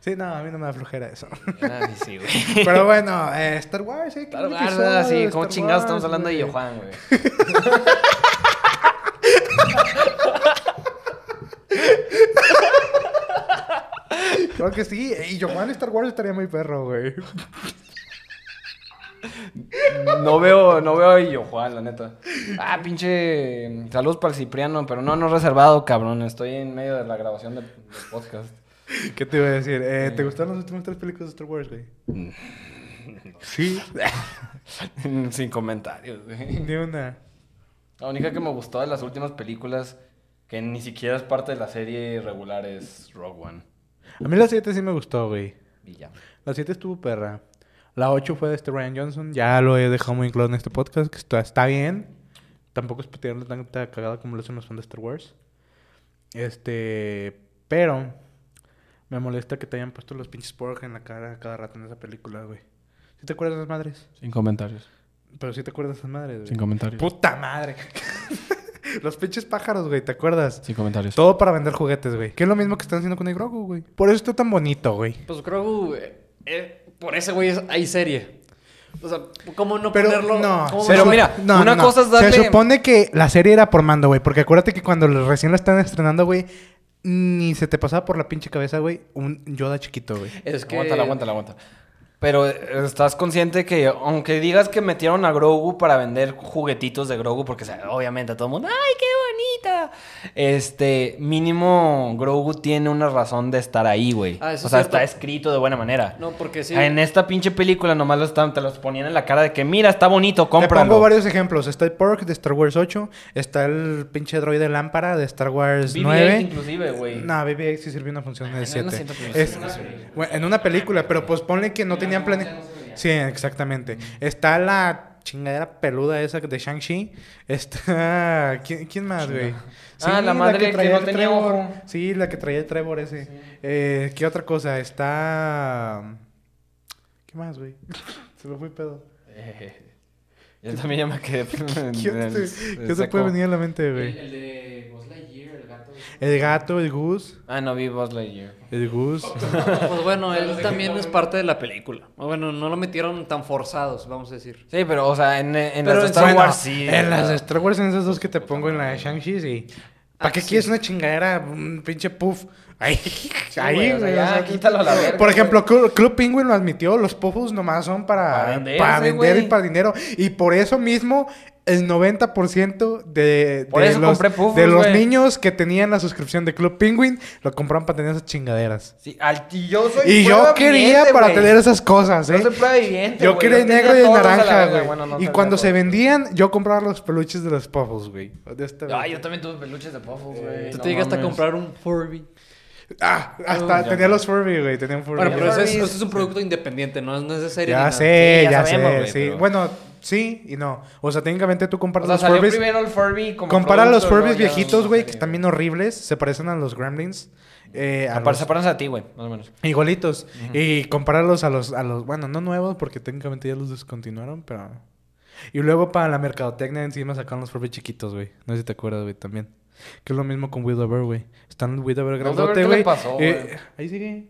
Speaker 1: Sí, no, a mí no me da flojera eso.
Speaker 2: Ah, sí, güey.
Speaker 1: Pero bueno, eh, Star Wars, ¿eh?
Speaker 2: Claro,
Speaker 1: un
Speaker 2: claro,
Speaker 1: episodio
Speaker 2: así,
Speaker 1: de
Speaker 2: como
Speaker 1: Star
Speaker 2: chingados
Speaker 1: Wars,
Speaker 2: estamos hablando de
Speaker 1: güey.
Speaker 2: Johan, güey.
Speaker 1: Claro que sí, y Johan Star Wars estaría muy perro, güey.
Speaker 2: No veo, no veo a Johan, la neta. Ah, pinche. Saludos para el Cipriano, pero no, no reservado, cabrón. Estoy en medio de la grabación del del podcast.
Speaker 1: ¿Qué te iba a decir? Eh, ¿Te gustaron las últimas tres películas de Star Wars, güey?
Speaker 2: Mm.
Speaker 1: Sí.
Speaker 2: Sin comentarios, güey.
Speaker 1: Ni una.
Speaker 2: La única que me gustó de las últimas películas, que ni siquiera es parte de la serie regular, es Rogue One.
Speaker 1: A mí la 7 sí me gustó, güey.
Speaker 2: Y ya.
Speaker 1: La 7 estuvo perra. La 8 fue de este Ryan Johnson. Ya lo he dejado muy claro en este podcast, que está, está bien. Tampoco es tirarle tanta cagada como lo hacen los fans de Star Wars. Este. Pero. Me molesta que te hayan puesto los pinches pork en la cara a cada rato en esa película, güey. ¿Sí te acuerdas de esas madres?
Speaker 3: Sin comentarios.
Speaker 1: Pero sí te acuerdas de esas madres, güey.
Speaker 3: Sin comentarios.
Speaker 1: ¡Puta madre! los pinches pájaros, güey, ¿te acuerdas?
Speaker 3: Sin comentarios.
Speaker 1: Todo para vender juguetes, güey. Que es lo mismo que están haciendo con el Grogu, güey. Por eso está tan bonito, güey.
Speaker 5: Pues creo eh, por ese güey es- hay serie. O sea, ¿cómo no
Speaker 1: Pero
Speaker 5: ponerlo?
Speaker 1: no,
Speaker 5: ¿Cómo
Speaker 1: se
Speaker 2: Pero
Speaker 5: no-
Speaker 1: supo-
Speaker 2: mira, una cosa es darle-
Speaker 1: Se supone que la serie era por mando, güey. Porque acuérdate que cuando lo- recién la están estrenando, güey, ni se te pasaba por la pinche cabeza, güey, un Yoda chiquito, güey.
Speaker 5: Es que...
Speaker 2: Aguántala, aguántala, aguanta. Pero eh, estás consciente que, aunque digas que metieron a Grogu para vender juguetitos de Grogu, porque o sea, obviamente a todo el mundo, ¡ay, qué América. Este, mínimo Grogu tiene una razón de estar ahí, güey.
Speaker 5: Ah,
Speaker 2: o
Speaker 5: eso
Speaker 2: sea,
Speaker 5: es cierto.
Speaker 2: está escrito de buena manera.
Speaker 5: No, porque sí.
Speaker 2: En esta pinche película nomás los estaban- te los ponían en la cara de que mira, está bonito, cómpralo.
Speaker 1: Te pongo varios ejemplos. Está el Pork de Star Wars 8. Está el pinche droide lámpara de Star Wars
Speaker 2: BB-8
Speaker 1: 9.
Speaker 2: inclusive, güey.
Speaker 1: No, BB-8 sí sirvió una función de 7.
Speaker 2: no siento que lo
Speaker 1: Es- bueno, en una película, pero pues ponle que no tenían planes. Sí, exactamente. Está la chingadera peluda esa de Shang-Chi. Está... ¿Quién, quién más, güey?
Speaker 2: Ah, la madre que
Speaker 1: traía
Speaker 2: no
Speaker 1: el
Speaker 2: tenía
Speaker 1: Trevor.
Speaker 2: ojo.
Speaker 1: Sí, la que traía el Trevor ese. Eh, ¿Qué otra cosa? Está... ¿Qué más, güey? Se lo fui pedo.
Speaker 2: Eh, Yo también ya me quedé.
Speaker 1: ¿Qué,
Speaker 2: en el-
Speaker 1: se-
Speaker 2: en
Speaker 1: qué se
Speaker 2: seco.
Speaker 1: puede venir a la mente, güey?
Speaker 3: El de Buzz Lightyear, el gato.
Speaker 1: El gato, el Gus.
Speaker 2: Ah, no vi Buzz Lightyear.
Speaker 1: El Gus.
Speaker 5: Pues bueno, él también es parte de la película. Bueno, no lo metieron tan forzados, vamos a decir.
Speaker 2: Sí, pero, o sea, en, en
Speaker 5: Pero
Speaker 2: las de
Speaker 5: en
Speaker 2: Star
Speaker 1: Bueno,
Speaker 2: Wars sí.
Speaker 1: En las
Speaker 2: ¿verdad?
Speaker 1: de Star Wars, en esas dos que te pongo en la de Shang-Chi, sí. ¿Para
Speaker 5: Ah,
Speaker 1: qué
Speaker 5: sí.
Speaker 1: quieres una chingadera, un pinche puff? Ahí, ahí,
Speaker 2: güey, o sea,
Speaker 1: güey,
Speaker 2: ya,
Speaker 1: o sea,
Speaker 2: quítalo a la verga,
Speaker 1: Por ejemplo, Clu- Club Penguin lo admitió, los puffs nomás son para,
Speaker 2: Para
Speaker 1: para
Speaker 2: venderse,
Speaker 1: vender,
Speaker 2: güey.
Speaker 1: y para dinero. Y por eso mismo, el 90% de,
Speaker 2: Por
Speaker 1: de
Speaker 2: eso
Speaker 1: los,
Speaker 2: compré Puffs,
Speaker 1: de los
Speaker 2: güey.
Speaker 1: niños que tenían la suscripción de Club Penguin, lo compraron para tener esas chingaderas.
Speaker 2: Sí, al- y yo soy
Speaker 1: Y
Speaker 2: prueba
Speaker 1: yo quería
Speaker 2: viviente,
Speaker 1: para
Speaker 2: Pues, güey.
Speaker 1: tener esas cosas, ¿eh?
Speaker 2: Yo soy prueba viviente,
Speaker 1: Yo
Speaker 2: güey.
Speaker 1: quería el
Speaker 2: tenía
Speaker 1: negro y el
Speaker 2: todos a la
Speaker 1: naranja,
Speaker 2: verga.
Speaker 1: güey.
Speaker 2: Bueno, no
Speaker 1: y
Speaker 2: tenía
Speaker 1: cuando se
Speaker 2: todos.
Speaker 1: vendían, yo compraba los peluches de los Puffles, güey. De esta
Speaker 2: Ay,
Speaker 1: vez.
Speaker 2: yo también tuve peluches de Puffles,
Speaker 3: Eh,
Speaker 2: güey.
Speaker 5: Tú
Speaker 2: no
Speaker 5: te llegaste a
Speaker 2: mames.
Speaker 5: comprar un Furby.
Speaker 1: Ah, hasta
Speaker 2: ya
Speaker 1: tenía
Speaker 2: no.
Speaker 1: los Furby, güey. Tenía un Furby.
Speaker 5: Bueno, pero
Speaker 1: Ya
Speaker 5: eso es,
Speaker 2: Furbies.
Speaker 5: eso es un producto independiente, no es necesario.
Speaker 1: ya
Speaker 5: ni nada.
Speaker 1: sé,
Speaker 2: Sí, ya
Speaker 1: ya
Speaker 2: sabemos,
Speaker 1: sé,
Speaker 2: güey,
Speaker 1: sí.
Speaker 2: pero-
Speaker 1: Bueno, sí y no. O sea, técnicamente tú
Speaker 2: O
Speaker 1: comparas
Speaker 2: sea,
Speaker 1: los
Speaker 2: salió
Speaker 1: Furbies.
Speaker 2: primero el Furby como
Speaker 1: Compara los
Speaker 2: producto,
Speaker 1: Furbies
Speaker 2: luego ya
Speaker 1: viejitos,
Speaker 2: no
Speaker 1: güey,
Speaker 2: sé
Speaker 1: que
Speaker 2: qué.
Speaker 1: están bien horribles. Se parecen a los Gremlins. Eh, a
Speaker 2: Apar-
Speaker 1: los-
Speaker 2: Se parecen a ti, güey, más o menos.
Speaker 1: Igualitos. Y compararlos a los, a los, bueno, no nuevos, porque técnicamente ya los descontinuaron, pero. Y luego para la mercadotecnia encima sacaron los Furby chiquitos, güey. No sé si te acuerdas, güey, también. Que es lo mismo con Widower, güey. Están Widower
Speaker 2: ¿qué
Speaker 1: grandote,
Speaker 2: le
Speaker 1: güey.
Speaker 2: pasó,
Speaker 1: Eh,
Speaker 2: güey?
Speaker 1: ahí sigue.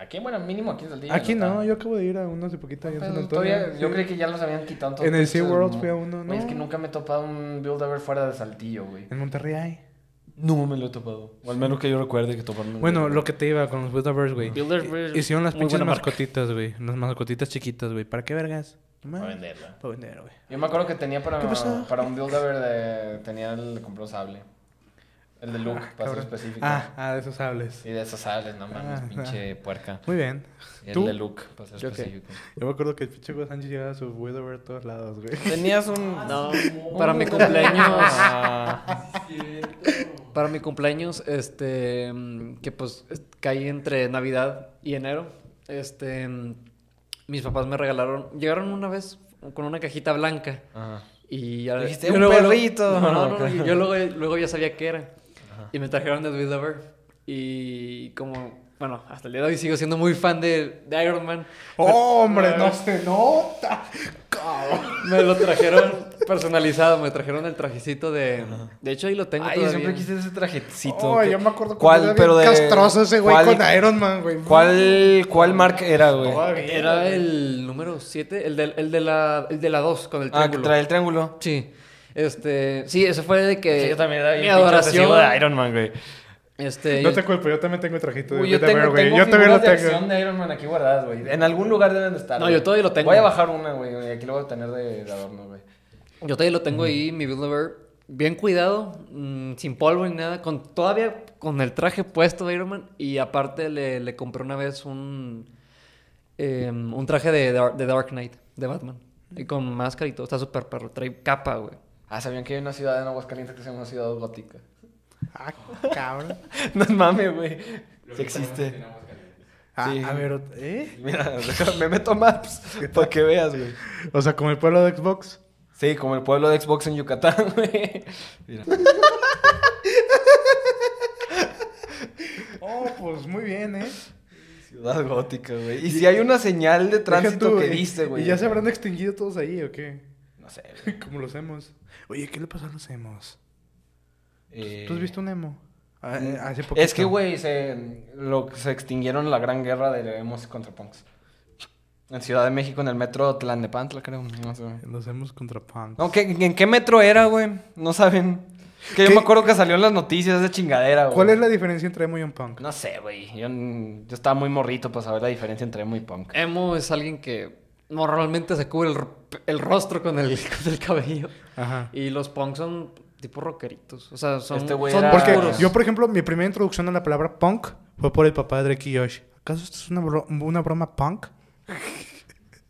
Speaker 2: Aquí, bueno, mínimo aquí en Saldivia.
Speaker 1: Aquí no,
Speaker 2: está.
Speaker 1: yo acabo de ir a uno hace poquito allá en San
Speaker 2: Pero
Speaker 1: Antonio.
Speaker 2: todavía- Yo
Speaker 1: Sí.
Speaker 2: creí que ya los habían quitado. todos
Speaker 1: En el
Speaker 2: pinches,
Speaker 1: SeaWorld
Speaker 2: mo-
Speaker 1: fui a uno,
Speaker 2: Güey, es
Speaker 1: no.
Speaker 2: que nunca me he topado un Build-A-Bear fuera de Saltillo, güey.
Speaker 1: En Monterrey hay.
Speaker 2: No me lo he topado. O al menos que yo recuerde que toparme.
Speaker 1: Bueno, lo que te iba con los Widowers, güey.
Speaker 5: Builderberg,
Speaker 1: Hicieron las
Speaker 5: muy
Speaker 1: pinches
Speaker 5: buena marca.
Speaker 1: mascotitas, güey. Las mascotitas chiquitas, güey. ¿Para qué vergas?
Speaker 2: Para venderla.
Speaker 1: Para vender, güey.
Speaker 2: Yo me acuerdo que tenía para,
Speaker 1: Ah. ¿Qué pasó?
Speaker 2: para un Build-A-Bear de... Tenía el... Compró sable. El de Luke, para ser
Speaker 1: Cabrón.
Speaker 2: específico.
Speaker 1: Ah, ah, de esos sables.
Speaker 2: Y de esos sables, no mames,
Speaker 1: Ah,
Speaker 2: pinche puerca.
Speaker 1: Muy bien.
Speaker 2: Y el
Speaker 1: ¿Tú?
Speaker 2: de Luke, para ser
Speaker 5: ¿Yo qué?
Speaker 2: específico.
Speaker 1: Yo me acuerdo que el pinche Hugo Sánchez llegaba a su Widower a todos lados, güey.
Speaker 2: Tenías un... Ah.
Speaker 5: No, para mi cumpleaños. Para mi cumpleaños, este, mm, que pues es- caí entre Navidad y enero, este, mm, mis papás me regalaron, llegaron una vez con una cajita blanca
Speaker 2: Ajá.
Speaker 5: y ya...
Speaker 2: Dijiste,
Speaker 5: yo
Speaker 2: "Un
Speaker 5: luego-
Speaker 2: perrito".
Speaker 5: No, no, no, yo luego, luego ya sabía qué era y me trajeron de Lover y como, bueno, hasta el día de hoy sigo siendo muy fan de, de Iron Man.
Speaker 1: ¡Hombre,
Speaker 5: Pero-
Speaker 1: no se nota! Cabrón.
Speaker 5: Me lo trajeron personalizado, me trajeron el trajecito de... De hecho, ahí lo tengo
Speaker 2: Ay, yo
Speaker 5: todavía.
Speaker 2: siempre quise ese trajecito.
Speaker 1: Oh,
Speaker 2: que-
Speaker 1: yo me acuerdo
Speaker 2: ¿Cuál,
Speaker 1: era bien
Speaker 2: pero de...
Speaker 1: castroso ese güey
Speaker 2: cuál-
Speaker 1: con Iron Man, güey.
Speaker 2: ¿Cuál, cuál marca era, güey?
Speaker 1: Ah,
Speaker 2: Ah,
Speaker 5: Era el número 7, el de, el de la el de la 2 con el
Speaker 2: Ah, que
Speaker 5: triángulo.
Speaker 2: trae el triángulo.
Speaker 5: Sí. Este, sí, eso fue de que
Speaker 2: Sí, yo también era
Speaker 5: mi
Speaker 2: bien pinche
Speaker 5: adoración
Speaker 2: obsesivo de Iron Man, güey.
Speaker 5: Este,
Speaker 1: No
Speaker 5: yo-
Speaker 1: te culpo, yo también tengo el trajito de
Speaker 2: Uy, yo
Speaker 1: Widower,
Speaker 2: tengo,
Speaker 1: güey.
Speaker 2: tengo
Speaker 1: Yo también
Speaker 2: figuras
Speaker 1: lo
Speaker 2: de acción
Speaker 1: tengo.
Speaker 2: de Iron Man aquí guardadas, güey. En algún lugar deben de estar.
Speaker 5: No,
Speaker 2: güey.
Speaker 5: yo todavía lo tengo.
Speaker 2: Voy a bajar una, güey. y Aquí lo voy a tener de, de adorno, güey.
Speaker 5: yo todavía lo tengo ahí mi Build-A-Bear bien cuidado, mm, sin polvo ni nada, con todavía con el traje puesto de Iron Man y aparte le, le compré una vez un em, un traje de, Dar- de Dark Knight de Batman y con máscara y todo, está súper perro, trae capa, güey.
Speaker 2: Ah, ¿sabían que hay una ciudad en Aguascalientes que se llama Ciudad Gótica?
Speaker 1: Ah, cabrón.
Speaker 2: no mames, güey. Sí existe.
Speaker 1: Ah,
Speaker 2: Sí.
Speaker 1: A ver, ¿eh?
Speaker 2: Mira, me meto a Maps para que veas, güey.
Speaker 1: O sea, como el pueblo de Xbox.
Speaker 2: Sí, como el pueblo de Xbox en Yucatán, güey. Mira.
Speaker 1: Oh, pues muy bien, ¿eh?
Speaker 2: Ciudad Gótica, güey. Y si hay una señal de tránsito
Speaker 1: Deja tú,
Speaker 2: que
Speaker 1: eh,
Speaker 2: dice, güey.
Speaker 1: ¿Y ya se habrán extinguido todos ahí o qué?
Speaker 2: No sé, güey.
Speaker 1: Como los hemos. Oye, ¿qué le pasó a los hemos?
Speaker 2: Eh,
Speaker 1: ¿Tú has visto un emo? Ah, eh, Hace poquito.
Speaker 2: Es que, güey, se, lo, se extinguieron la gran guerra de emos contra punks. En Ciudad de México, en el metro Tlalnepantla, creo. No sé.
Speaker 1: Los hemos contra punk.
Speaker 2: No, ¿qué- ¿En qué metro era, güey? No saben. Que yo
Speaker 1: ¿Qué?
Speaker 2: me acuerdo que salió en las noticias esa chingadera, güey.
Speaker 1: ¿Cuál es la diferencia entre emo y un punk?
Speaker 2: No sé, güey. Yo, yo estaba muy morrito para saber la diferencia entre emo y punk.
Speaker 5: Emo es alguien que normalmente se cubre el, r- el rostro con el, con el cabello.
Speaker 1: Ajá.
Speaker 5: Y los punks son tipo rockeritos. O sea, son,
Speaker 2: Este güey
Speaker 5: son
Speaker 2: era-
Speaker 5: muy
Speaker 1: Porque
Speaker 5: puros.
Speaker 1: yo, por ejemplo, mi primera introducción a la palabra punk fue por el papá de Drake y Josh. ¿Acaso esto es una, bro- una broma punk?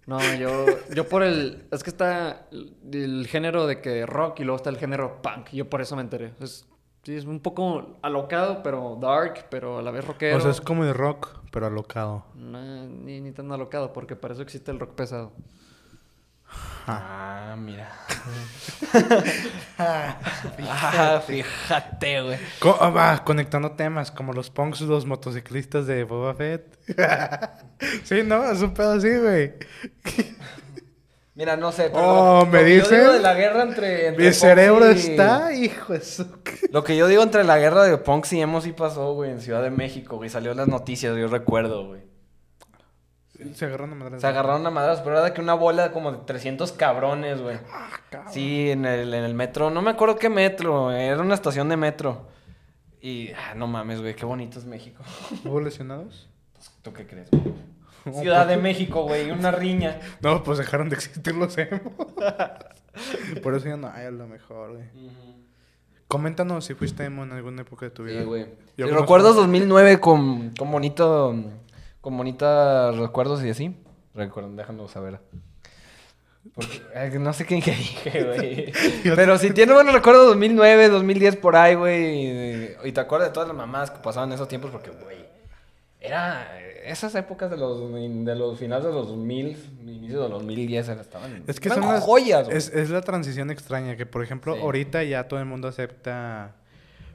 Speaker 5: No, yo, yo por el... Es que está el, el género de que rock y luego está el género punk. Yo por eso me enteré. Es, sí, es un poco alocado, pero dark, pero a la vez rockero.
Speaker 1: O sea, es como el rock, pero alocado.
Speaker 5: No, ni, ni tan alocado, porque para eso existe el rock pesado.
Speaker 2: Ah, mira. ah, fíjate, güey.
Speaker 1: Co- ah, va, conectando temas como los punks, los motociclistas de Boba Fett. sí, ¿no? Es un pedo así, güey.
Speaker 2: Mira, no sé, pero
Speaker 1: Oh,
Speaker 2: lo-
Speaker 1: me
Speaker 2: lo que yo
Speaker 1: dices.
Speaker 2: digo de la guerra entre, entre
Speaker 1: Mi
Speaker 2: punk
Speaker 1: cerebro
Speaker 2: y-
Speaker 1: está, hijo de su...
Speaker 2: Lo que yo digo entre la guerra de punks y emo sí pasó, güey, en Ciudad de México, güey. Salió en las noticias, yo recuerdo, güey.
Speaker 1: Se agarraron a madrazos.
Speaker 2: Se agarraron a madras, pero era de que una bola como de 300 cabrones, güey.
Speaker 1: Ah,
Speaker 2: Sí, en el, en el metro. No me acuerdo qué metro, güey, era una estación de metro. Y, ah, no mames, güey, qué bonito es México.
Speaker 1: ¿Hubo lesionados?
Speaker 2: ¿Tú qué crees, güey? Ciudad de México, güey, una riña.
Speaker 1: No, pues dejaron de existir los emo. Por eso ya no hay a lo mejor, güey. Coméntanos si fuiste emo en alguna época de tu vida.
Speaker 2: Sí, güey.
Speaker 1: Yo
Speaker 2: ¿Te
Speaker 1: conozco-
Speaker 2: ¿Recuerdas 2009 con, con bonito, con bonitos recuerdos y así? Recuerden, déjanos saber. Porque, eh, no sé qué qué dije, güey. Pero si tienes buenos recuerdos 2009, 2010 por ahí, güey. Y te acuerdas de todas las mamás que pasaban en esos tiempos porque, güey, era esas épocas de los de los finales de los 2000, inicios de los 2010 eran- estaban
Speaker 1: Es que
Speaker 2: eran
Speaker 1: son las-
Speaker 2: joyas, güey.
Speaker 1: Es, es la transición extraña que, por ejemplo,
Speaker 2: Sí.
Speaker 1: ahorita ya todo el mundo acepta...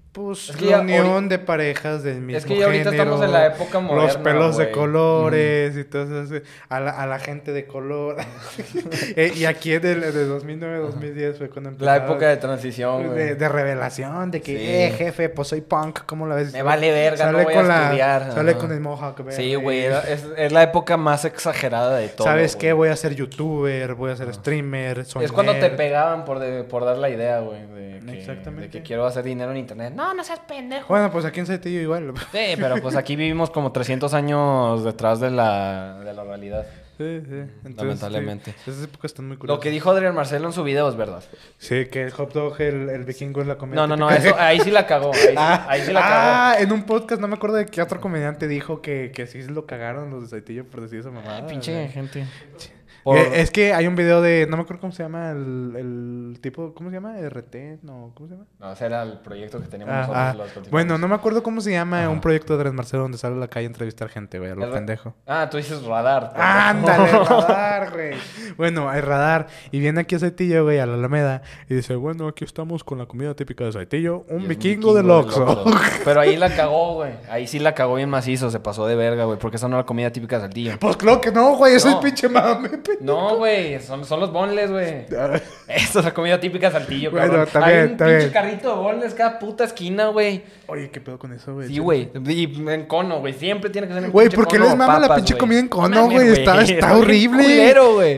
Speaker 1: Pues
Speaker 2: Es que
Speaker 1: la
Speaker 2: ya
Speaker 1: unión
Speaker 2: ahori-
Speaker 1: de parejas del mismo
Speaker 2: Es que ya ahorita
Speaker 1: género,
Speaker 2: estamos en la época
Speaker 1: Los
Speaker 2: moderna,
Speaker 1: pelos de
Speaker 2: güey.
Speaker 1: colores y todo eso. A la, a la gente de color. Eh, y aquí de, de 2009-2010 fue cuando empezó.
Speaker 2: La época de transición, güey.
Speaker 1: De, de revelación, de que,
Speaker 2: Sí.
Speaker 1: eh, jefe, pues soy punk, ¿cómo la ves?
Speaker 2: Me vale verga, no voy a
Speaker 1: la-
Speaker 2: estudiar,
Speaker 1: Sale
Speaker 2: ajá.
Speaker 1: con el mohawk, verde.
Speaker 2: Sí, güey, era- es, es la época más exagerada de todo.
Speaker 1: ¿Sabes
Speaker 2: güey. Ah.
Speaker 1: qué? Voy a ser youtuber, voy a ser streamer, soy
Speaker 2: Es cuando te
Speaker 1: nerd.
Speaker 2: pegaban por, de- por dar la idea, güey, de que,
Speaker 1: Exactamente.
Speaker 2: de que quiero hacer dinero en internet. No, no seas pendejo.
Speaker 1: Bueno, pues aquí en Saltillo igual.
Speaker 2: Sí, pero pues aquí vivimos como 300 años detrás de la, de la realidad.
Speaker 1: sí, sí. Entonces,
Speaker 2: Lamentablemente.
Speaker 1: sí, esas épocas están muy curiosas.
Speaker 2: Lo que dijo Adrián Marcelo en su video es verdad.
Speaker 1: Sí, que el hot dog, el, el vikingo es la comida.
Speaker 2: No, no, no,
Speaker 1: típica de-
Speaker 2: eso, ahí sí la cagó. Ahí sí,
Speaker 1: Ah,
Speaker 2: ahí sí la
Speaker 1: ah,
Speaker 2: cagó.
Speaker 1: en un podcast, no me acuerdo de qué otro comediante dijo que, que sí lo cagaron los de Saltillo por decir esa mamada.
Speaker 2: Pinche
Speaker 1: güey.
Speaker 2: gente.
Speaker 1: Eh, Es que hay un video de, no me acuerdo cómo se llama el, el tipo, ¿cómo se llama? RT, no, ¿cómo se llama?
Speaker 2: No, ese era el proyecto que teníamos
Speaker 1: Ah, ah,
Speaker 2: nosotros. los
Speaker 1: Bueno,
Speaker 2: contemporáneos.
Speaker 1: no me acuerdo cómo se llama
Speaker 2: Ajá.
Speaker 1: un proyecto de Andrés Marcelo donde sale a la calle a entrevistar gente, güey, a lo
Speaker 2: El-
Speaker 1: pendejo.
Speaker 2: Ah, tú dices radar. pendejo.
Speaker 1: Ah, Ándale, radar, güey. Bueno, hay radar. Y viene aquí a Saitillo, güey, a la Alameda. Y dice, bueno, aquí estamos con la comida típica de Saitillo.
Speaker 2: Y
Speaker 1: Un
Speaker 2: es
Speaker 1: vikingo del Oxxo.
Speaker 2: Pero ahí la cagó, güey. Ahí sí la cagó bien macizo. Se pasó de verga, güey. Porque esa no era comida típica de Saltillo.
Speaker 1: pues claro que no, güey. Eso
Speaker 2: No.
Speaker 1: es pinche mame. pe-
Speaker 2: No, güey. Son, son los bonles, güey. Eso es la comida típica de Saltillo,
Speaker 1: Bueno,
Speaker 2: cabrón.
Speaker 1: está
Speaker 2: Hay
Speaker 1: bien,
Speaker 2: un
Speaker 1: está
Speaker 2: pinche
Speaker 1: bien.
Speaker 2: carrito de bonles cada puta esquina, güey.
Speaker 1: Oye, ¿qué pedo con eso, güey?
Speaker 2: Sí, güey. Y en cono, güey. Siempre tiene que ser en
Speaker 1: Güey,
Speaker 2: pinche
Speaker 1: ¿por qué
Speaker 2: cono
Speaker 1: les
Speaker 2: o
Speaker 1: mama la
Speaker 2: papas,
Speaker 1: pinche
Speaker 2: güey?
Speaker 1: comida en
Speaker 2: No
Speaker 1: cono,
Speaker 2: mames,
Speaker 1: güey? Está- está
Speaker 2: bien
Speaker 1: horrible.
Speaker 2: culero, güey.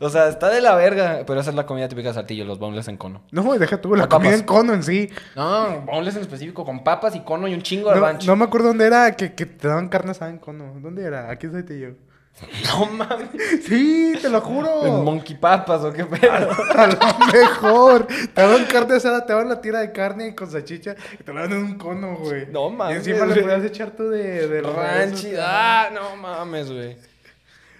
Speaker 2: O sea, está de la verga. Pero esa es la comida típica de Saltillo, los bonles en cono.
Speaker 1: No, güey, deja tú. La
Speaker 2: Con papas.
Speaker 1: comida en cono en sí.
Speaker 2: No, bonles en específico con papas y cono y un chingo de
Speaker 1: No,
Speaker 2: ranch.
Speaker 1: no me acuerdo dónde era que, que te daban carne asada en cono. ¿Dónde era? Aquí en Saitillo.
Speaker 2: no mames.
Speaker 1: Sí, te lo juro.
Speaker 2: ¿En Monkey Papas o qué pedo?
Speaker 1: A lo mejor. Te daban carne asada, te daban la tira de carne con salchicha y te la dan en un cono, güey.
Speaker 2: No mames,
Speaker 1: Y encima le
Speaker 2: güey.
Speaker 1: podías echar tú de, de
Speaker 2: Ranchi.
Speaker 1: eso.
Speaker 2: Ah, no mames, güey.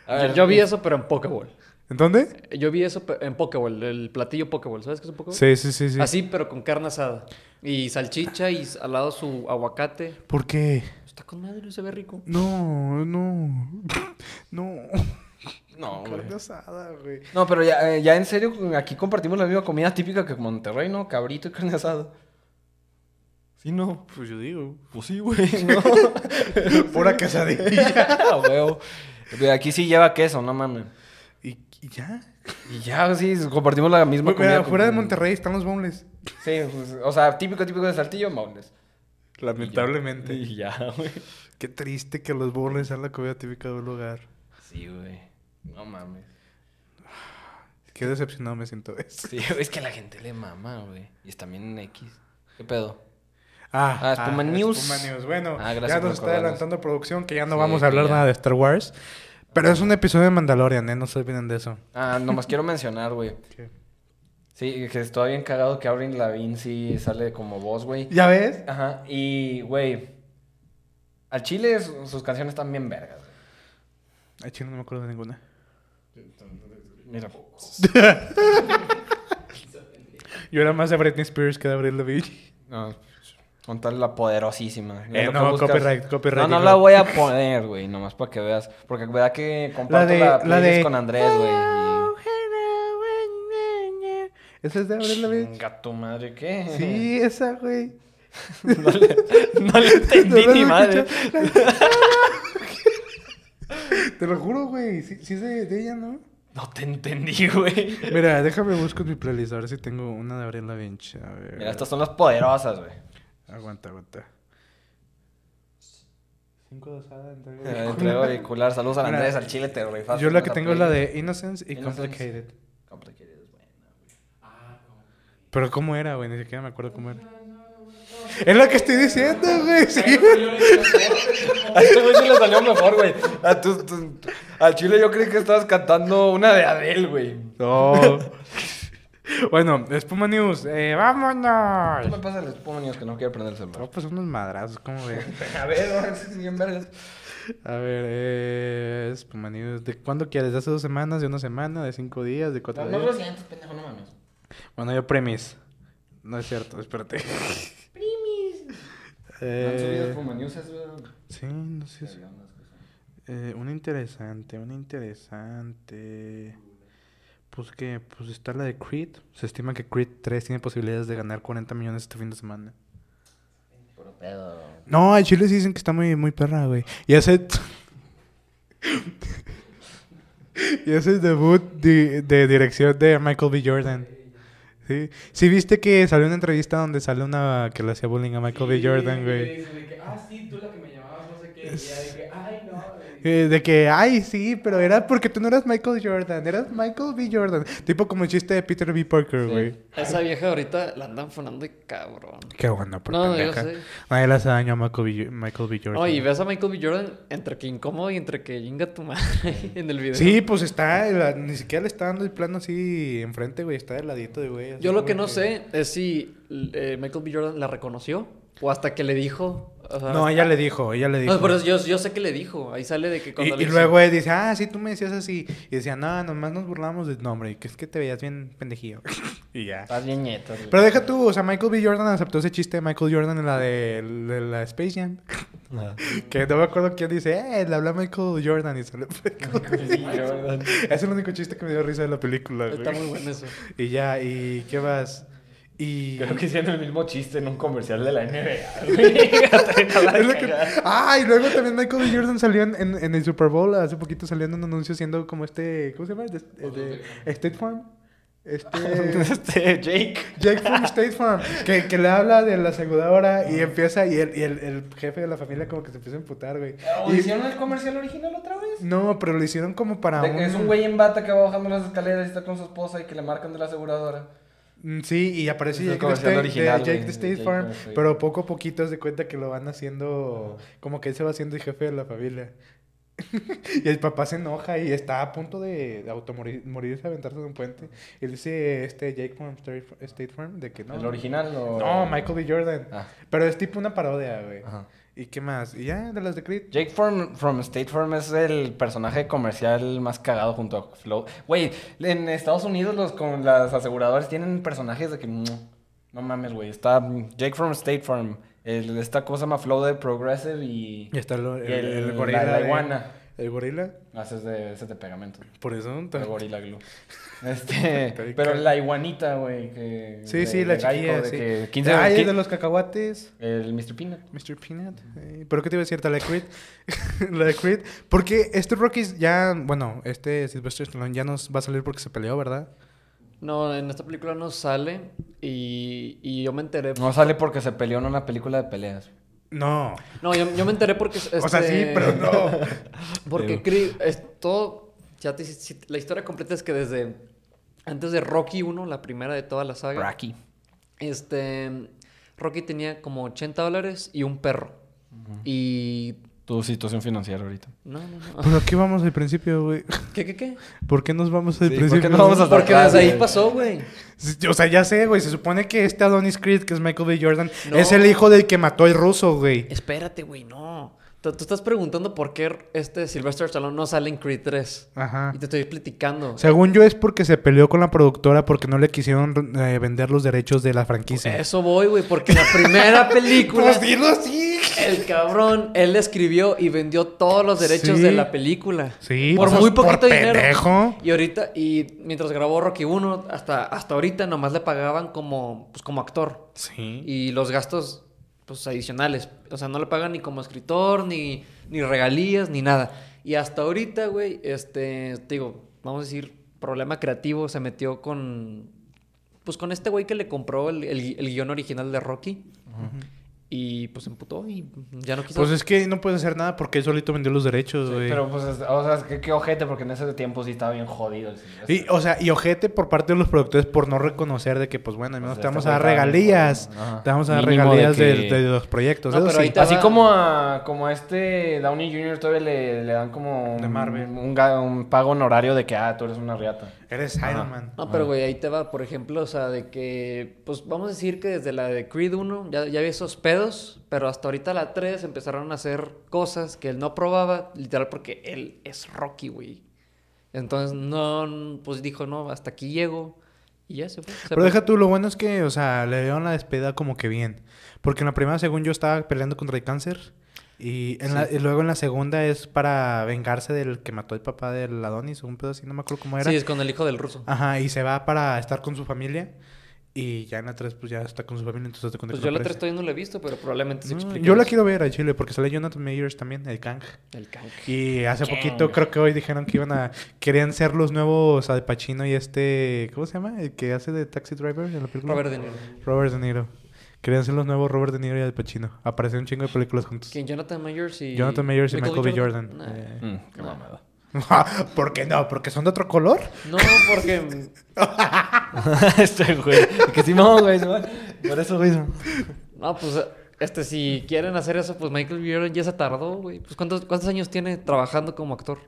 Speaker 2: A
Speaker 5: Yo, yo vi eso, pero en Pokéball.
Speaker 1: ¿En dónde?
Speaker 5: Yo vi eso pe- en Pokéball, el platillo Pokéball. ¿Sabes qué es un Pokéball?
Speaker 1: Sí, sí, sí, sí.
Speaker 5: Así, pero con carne asada. Y salchicha y s- al lado su aguacate.
Speaker 1: ¿Por qué?
Speaker 5: Está con madre, se ve rico.
Speaker 1: No, no. No.
Speaker 2: No, güey.
Speaker 1: Carne asada, güey.
Speaker 2: No, pero ya, eh, ya en serio, aquí compartimos la misma comida típica que Monterrey, ¿no? Cabrito y carne asada. Sí, no.
Speaker 1: Pues yo digo.
Speaker 2: Pues sí, güey. No.
Speaker 1: Pura quesadilla.
Speaker 2: Ah, huevo. Pero Aquí sí lleva queso, no mames.
Speaker 1: ¿Y, y ya?
Speaker 2: Y ya, sí, compartimos la misma
Speaker 1: Güey, mira,
Speaker 2: comida.
Speaker 1: fuera de Monterrey están los boneless.
Speaker 2: Sí, pues, o sea, típico, típico de Saltillo, maules.
Speaker 1: Lamentablemente.
Speaker 2: Y ya, güey.
Speaker 1: Qué triste que los boneless sean la comida típica de un lugar.
Speaker 2: Sí, güey. No mames.
Speaker 1: Qué decepcionado me siento eso.
Speaker 2: Sí, es que a la gente le mama, güey. Y es también en X. ¿Qué pedo?
Speaker 1: Ah,
Speaker 2: Ah, Espuma News.
Speaker 1: Espuma News. Bueno,
Speaker 2: Ah, gracias
Speaker 1: ya
Speaker 2: por
Speaker 1: nos está
Speaker 2: recordarnos.
Speaker 1: adelantando producción que ya no
Speaker 2: Sí,
Speaker 1: vamos a
Speaker 2: que
Speaker 1: hablar
Speaker 2: ya.
Speaker 1: nada de Star Wars. Pero es un episodio de Mandalorian, ¿eh? No se olviden de eso.
Speaker 2: Ah, nomás quiero mencionar, güey. Sí, que estaba bien cagado que Avril Lavigne sí sale como voz, güey.
Speaker 1: ¿Ya ves?
Speaker 2: Ajá, y, güey, al chile su- sus canciones están bien vergas. güey.
Speaker 1: Ay, chino, no me acuerdo de ninguna.
Speaker 2: Mira.
Speaker 1: Yo era más de Britney Spears que de Avril Lavigne.
Speaker 2: No, con tal la poderosísima. Mira
Speaker 1: Eh,
Speaker 2: lo que
Speaker 1: no,
Speaker 2: buscas.
Speaker 1: copyright, copyright,
Speaker 2: pues No, no
Speaker 1: hijo.
Speaker 2: la voy a poner, güey, nomás para que veas. Porque verdad que comparto la,
Speaker 1: de- la
Speaker 2: playlist
Speaker 1: de-
Speaker 2: con Andrés, güey. y-
Speaker 1: ¿Esa es de Avril Lavigne?
Speaker 2: Chinga tu madre, ¿qué?
Speaker 1: Sí, esa, güey.
Speaker 2: No le, no le entendí
Speaker 1: No la
Speaker 2: ni
Speaker 1: has
Speaker 2: madre.
Speaker 1: Te lo juro, güey. Sí, sí es de, de ella, ¿no?
Speaker 2: No te entendí, güey.
Speaker 1: Mira, déjame busco en mi playlist. A ver si tengo una de Avril Lavigne. A ver.
Speaker 2: Mira, estas son las poderosas, güey.
Speaker 1: Aguanta, aguanta. Cinco dosada,
Speaker 2: Eh, Entre auricular, saludos al
Speaker 1: Mira,
Speaker 2: Andrés, al Chile te rifaste.
Speaker 1: Yo la
Speaker 2: con
Speaker 1: que tengo es la
Speaker 2: playlist.
Speaker 1: de Innocence y
Speaker 2: Innocence.
Speaker 1: Complicated.
Speaker 2: Complicated es buena, güey.
Speaker 1: Pero ¿cómo era, güey? Ni siquiera me acuerdo cómo era. Es lo que estoy diciendo, güey. Sí.
Speaker 2: A este güey se le salió mejor, güey. A tu- tu- tu- al Chile yo creí que estabas cantando una de Adele, güey.
Speaker 1: No. bueno, Spuma News. Eh,
Speaker 2: ¿Qué me
Speaker 1: vámonos.
Speaker 2: pasa el esponios que no quiero prender el celular?
Speaker 1: No, pues unos madrazos, ¿cómo ves?
Speaker 2: A ver, a ver si es bien vergas.
Speaker 1: A ver, eh, Spuma News. ¿De cuándo quieres? ¿De hace dos semanas? ¿De una semana? ¿De cinco días? ¿De cuatro
Speaker 2: No, no
Speaker 1: días?
Speaker 2: lo sientes, pendejo, no mames.
Speaker 1: Bueno, yo premis. No es cierto, espérate.
Speaker 2: Han subido
Speaker 1: premis.
Speaker 2: Espumanius, es güey.
Speaker 1: sí, no sé. si- Eh, una interesante, una interesante. Pues que, pues está la de Creed. Se estima que Creed 3 tiene posibilidades de ganar 40 millones este fin de semana.
Speaker 2: Puro pedo.
Speaker 1: No, en Chile sí dicen que está muy, muy perra, güey. Y hace. y hace el debut de, de dirección de Michael B. Jordan. Sí. Sí, viste que salió una entrevista donde sale una que le hacía bullying a Michael B. Jordan, güey.
Speaker 5: Ah, sí, tú la que me llamabas, no sé qué. Y ya de que, ay, no. güey.
Speaker 1: Eh, De que, ay, sí, pero era porque tú no eras Michael Jordan, eras Michael B. Jordan. Tipo como el chiste de Peter B. Parker, güey.
Speaker 5: A Esa vieja ahorita la andan fonando y cabrón.
Speaker 1: Qué bueno, por
Speaker 5: No, yo
Speaker 1: pendeja.
Speaker 5: sé.
Speaker 1: Nadie le hace daño a Michael B. Jo- Michael B. Jordan.
Speaker 5: No, y ves a Michael B. Jordan entre que incómodo y entre que chinga tu madre en el video.
Speaker 1: Sí, pues está, la- ni siquiera le está dando el plano así enfrente, güey, está del ladito de güey. así
Speaker 5: Yo lo
Speaker 1: como
Speaker 5: que no sé es si eh, Michael B. Jordan la reconoció o hasta que le dijo. o sea,
Speaker 1: No, ella le dijo, ella le dijo.
Speaker 5: No, pero yo, yo sé que le dijo. Ahí sale de que
Speaker 1: y,
Speaker 5: cuando
Speaker 1: y
Speaker 5: le dice-
Speaker 1: luego él dice, ah, sí, tú me decías así. Y decía, no, nomás nos burlamos de tu nombre, y que es que te veías bien pendejillo. y ya.
Speaker 2: Estás bien nieto. güey.
Speaker 1: Pero deja tú, o sea, Michael B. Jordan aceptó ese chiste de Michael Jordan en la de, de la Space Jam.
Speaker 2: Ah.
Speaker 1: Que no me acuerdo quién dice, eh, le habla Michael Jordan y sale Michael
Speaker 2: Sí, Jordan.
Speaker 1: Es el único chiste que me dio risa de la película, güey.
Speaker 5: Está muy bueno eso.
Speaker 1: Y ya, ¿y qué más? Y...
Speaker 2: Creo que hicieron el mismo chiste en un comercial de la NBA. güey.
Speaker 1: Es lo que- Ah, y luego también Michael B. Jordan salió en, en- en el Super Bowl. Hace poquito salió en un anuncio siendo como este... ¿Cómo se llama? De- de- State Farm. Este...
Speaker 2: Este, Jake.
Speaker 1: Jake from State Farm. Que, que le habla de la aseguradora
Speaker 2: Ah.
Speaker 1: y empieza... Y, el, y el- el jefe de la familia como que se empieza a emputar, güey.
Speaker 2: ¿O
Speaker 1: Y-
Speaker 2: Ah, hicieron el comercial original otra vez?
Speaker 1: No, pero lo hicieron como para
Speaker 2: De que es un
Speaker 1: un-
Speaker 2: güey en bata que va bajando las escaleras y está con su esposa y que le marcan de la aseguradora.
Speaker 1: Mm, Sí, y aparece
Speaker 2: Es el
Speaker 1: Jake, de
Speaker 2: comercial
Speaker 1: State,
Speaker 2: original,
Speaker 1: de Jake
Speaker 2: güey,
Speaker 1: de
Speaker 2: de
Speaker 1: State
Speaker 2: Jake
Speaker 1: Farm,
Speaker 2: from State
Speaker 1: pero poco a poquito es de cuenta que lo van haciendo como que él se va haciendo el jefe de la familia. y el papá se enoja y está a punto de, de automorir- morirse, aventarse de un puente. Y dice este Jake from State State Farm de que no.
Speaker 2: ¿El original o...?
Speaker 1: No, Michael B. Jordan.
Speaker 2: Ah.
Speaker 1: Pero es tipo una parodia, güey.
Speaker 2: Ajá.
Speaker 1: ¿Y qué más? Y ya, de las de Creed.
Speaker 2: Jake from, from State Farm es el personaje comercial más cagado junto a Flow. Güey, en Estados Unidos los con las aseguradoras tienen personajes de que mm, no mames, güey. Está mm, Jake from State Farm, el- esta cosa más Flow de Progressive y,
Speaker 1: Y está el, el-
Speaker 2: y el-
Speaker 1: el
Speaker 2: la-
Speaker 1: gorila.
Speaker 2: la,
Speaker 1: de-
Speaker 2: iguana.
Speaker 1: el gorila.
Speaker 2: Haces de ese de pegamento.
Speaker 1: Por eso.
Speaker 2: El gorila glue. Este,
Speaker 1: Está bien
Speaker 2: pero
Speaker 1: cagado.
Speaker 2: la iguanita, güey, que
Speaker 1: Sí,
Speaker 2: de-
Speaker 1: sí, la
Speaker 2: de gallo,
Speaker 1: chiquilla.
Speaker 2: de
Speaker 1: sí.
Speaker 2: que 15
Speaker 1: Ah, y
Speaker 2: qui-
Speaker 1: de los cacahuates.
Speaker 2: el Mr. Peanut.
Speaker 1: Mr. Peanut. eh, ¿Pero qué te iba a decir? La de Creed. la de Creed. Porque este Rockies ya... Bueno, este Sylvester Stallone ya nos va a salir porque se peleó, ¿verdad?
Speaker 5: No, en esta película no sale. Y, y yo me enteré.
Speaker 2: No sale porque se peleó en una película de peleas.
Speaker 1: No.
Speaker 5: No, yo, yo me enteré porque.
Speaker 1: O sea, sí,
Speaker 5: este,
Speaker 1: pero no.
Speaker 5: Porque Creed, es todo. Ya te- si- la historia completa es que desde. Antes de Rocky 1, la primera de toda la saga.
Speaker 2: Rocky.
Speaker 5: Este. Rocky tenía como 80 dólares y un perro. Y
Speaker 2: tu situación financiera ahorita.
Speaker 5: No, no, no.
Speaker 1: Pero aquí vamos al principio, güey.
Speaker 5: ¿Qué, qué, qué?
Speaker 1: ¿Por qué nos vamos al
Speaker 2: Sí, ¿por qué
Speaker 1: principio?
Speaker 2: nos vamos hasta
Speaker 5: Porque
Speaker 2: acá,
Speaker 5: desde ahí
Speaker 2: güey?
Speaker 5: pasó, güey.
Speaker 1: Sí, O sea, ya sé, güey. Se supone que este Adonis Creed, que es Michael B. Jordan,
Speaker 5: No.
Speaker 1: es el hijo del que mató el ruso, güey.
Speaker 5: Espérate, güey, no. Tú, tú estás preguntando por qué este Sylvester Stallone no sale en Creed 3.
Speaker 1: Ajá.
Speaker 5: Y te estoy platicando.
Speaker 1: Según yo es porque se peleó con la productora porque no le quisieron eh, vender los derechos de la franquicia.
Speaker 5: Eso voy, güey, porque la primera película...
Speaker 1: Pues dilo así.
Speaker 5: El cabrón, él escribió y vendió todos los derechos
Speaker 1: Sí.
Speaker 5: de la película.
Speaker 1: Sí,
Speaker 5: por
Speaker 1: pues,
Speaker 5: muy poquito
Speaker 1: por
Speaker 5: dinero.
Speaker 1: pendejo.
Speaker 5: Y ahorita, y mientras grabó Rocky 1, hasta, hasta ahorita nomás le pagaban como, pues, como actor.
Speaker 1: Sí.
Speaker 5: Y los gastos, pues, adicionales. O sea, no le pagan ni como escritor, ni, ni regalías, ni nada. Y hasta ahorita, güey, este, te digo, vamos a decir, problema creativo, se metió con, pues, con este güey que le compró el, el, el guión original de Rocky. Y, pues, se emputó y ya no quiso.
Speaker 1: Pues es que no puedes hacer nada porque él solito vendió los derechos, güey.
Speaker 2: Pero pues, es- o sea, es que qué ojete, porque en ese tiempo sí estaba bien jodido el Sylvester.
Speaker 1: Y, o sea, y ojete por parte de los productores por no reconocer de que, pues bueno, al menos
Speaker 2: Pues,
Speaker 1: te vamos
Speaker 2: este
Speaker 1: a dar
Speaker 2: güey estaba bien
Speaker 1: regalías.
Speaker 2: jodido, ¿no? Ajá.
Speaker 1: Te vamos a dar
Speaker 2: Mínimo de
Speaker 1: regalías de,
Speaker 2: que-
Speaker 1: de los proyectos.
Speaker 5: No,
Speaker 1: eso
Speaker 5: pero
Speaker 1: sí.
Speaker 5: ahí te-
Speaker 2: Así
Speaker 5: va-
Speaker 2: como a como a este Downey Jr. todavía le, le dan como
Speaker 1: De
Speaker 2: un-
Speaker 1: Marvel.
Speaker 2: Un, ga- un pago honorario de que ah, tú eres una riata.
Speaker 1: Eres Iron Man.
Speaker 5: No, pero güey, ahí te va, por ejemplo, o sea, de que, pues vamos a decir que desde la de Creed 1 ya, ya había esos pedos, pero hasta ahorita la 3 empezaron a hacer cosas que él no probaba, literal, porque él es Rocky, güey. Entonces, no, pues dijo, no, hasta aquí llego y ya se fue. Se
Speaker 1: Pero
Speaker 5: fue.
Speaker 1: deja tú, lo bueno es que, o sea, le dieron la despedida como que bien. Porque en la primera, según yo, estaba peleando contra el cáncer. Y, en la- y luego en la segunda es para vengarse del que mató el papá del Adonis, un pedo así, no me acuerdo cómo era.
Speaker 5: Sí, es con el hijo del ruso.
Speaker 1: Ajá, y se va para estar con su familia. Y ya en la 3, pues ya está con su familia, entonces te cuenta
Speaker 5: Pues
Speaker 1: que
Speaker 5: yo
Speaker 1: no
Speaker 5: la 3
Speaker 1: aparece.
Speaker 5: todavía no la he visto, pero probablemente se
Speaker 1: No,
Speaker 5: explica.
Speaker 1: yo la
Speaker 5: eso.
Speaker 1: quiero ver a Chile porque sale Jonathan Mayers también, el Kang.
Speaker 5: El canje.
Speaker 1: Y hace poquito, creo que hoy dijeron que iban a. Querían ser los nuevos Al Pacino y este. ¿Cómo se llama? El que hace de Taxi Driver en la película.
Speaker 5: Robert De Niro.
Speaker 1: Robert De Niro. Querían ser los nuevos Robert De Niro y Al Pacino. Aparecen un chingo de películas juntos.
Speaker 5: ¿Quién? Jonathan Mayers y...
Speaker 1: Jonathan Mayers y Michael B. Jordan.
Speaker 5: Nah.
Speaker 1: Eh.
Speaker 2: Mm, qué mamada.
Speaker 1: ¿Por qué no? ¿Porque son de otro color?
Speaker 5: No, porque...
Speaker 2: este güey. Que sí, no, güey. no. Por eso, güey. no.
Speaker 5: No, pues, este, si quieren hacer eso, pues Michael B. Jordan ya se tardó, güey. Pues, ¿cuántos, ¿cuántos años tiene trabajando como actor?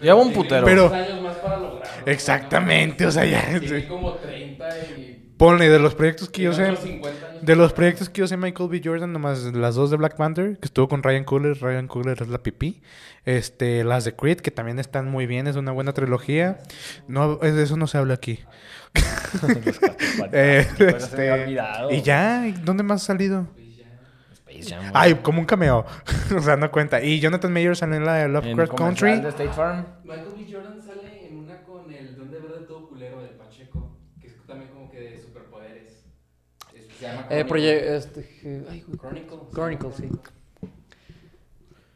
Speaker 2: Lleva un putero.
Speaker 1: Pero.
Speaker 3: años más para lograrlo.
Speaker 1: Exactamente, o sea, ya.
Speaker 3: Tiene como 30 y...
Speaker 1: Ponle de los proyectos que
Speaker 3: y
Speaker 1: yo sé.
Speaker 3: otros 50 años.
Speaker 1: De los proyectos que yo sé, Michael B. Jordan, nomás las dos de Black Panther, que estuvo con Ryan Coogler, Ryan Coogler es la pipí. Este, las de Creed, que también están muy bien, es una buena trilogía. No, es- de eso no se habla aquí. Eh,
Speaker 2: Pero se me había
Speaker 1: este,
Speaker 2: olvidado.
Speaker 1: y ya, Ah, ¿y ¿dónde más ha salido?
Speaker 2: Space Jam, güey.
Speaker 1: Ay, como un cameo. o sea, no cuenta. Y Jonathan Mayer salió en la de
Speaker 2: En
Speaker 1: Lovecraft
Speaker 2: comercial
Speaker 1: Country.
Speaker 2: de State Farm.
Speaker 3: Michael B. Jordan sale en una con el Duende Verde todo culero del Pacheco, que es también como que de superpoderes. Es- se llama
Speaker 5: Eh,
Speaker 3: Ah, Chronicle.
Speaker 5: proye- este, eh, ay, güey.
Speaker 3: Chronicle.
Speaker 5: Chronicle, sí.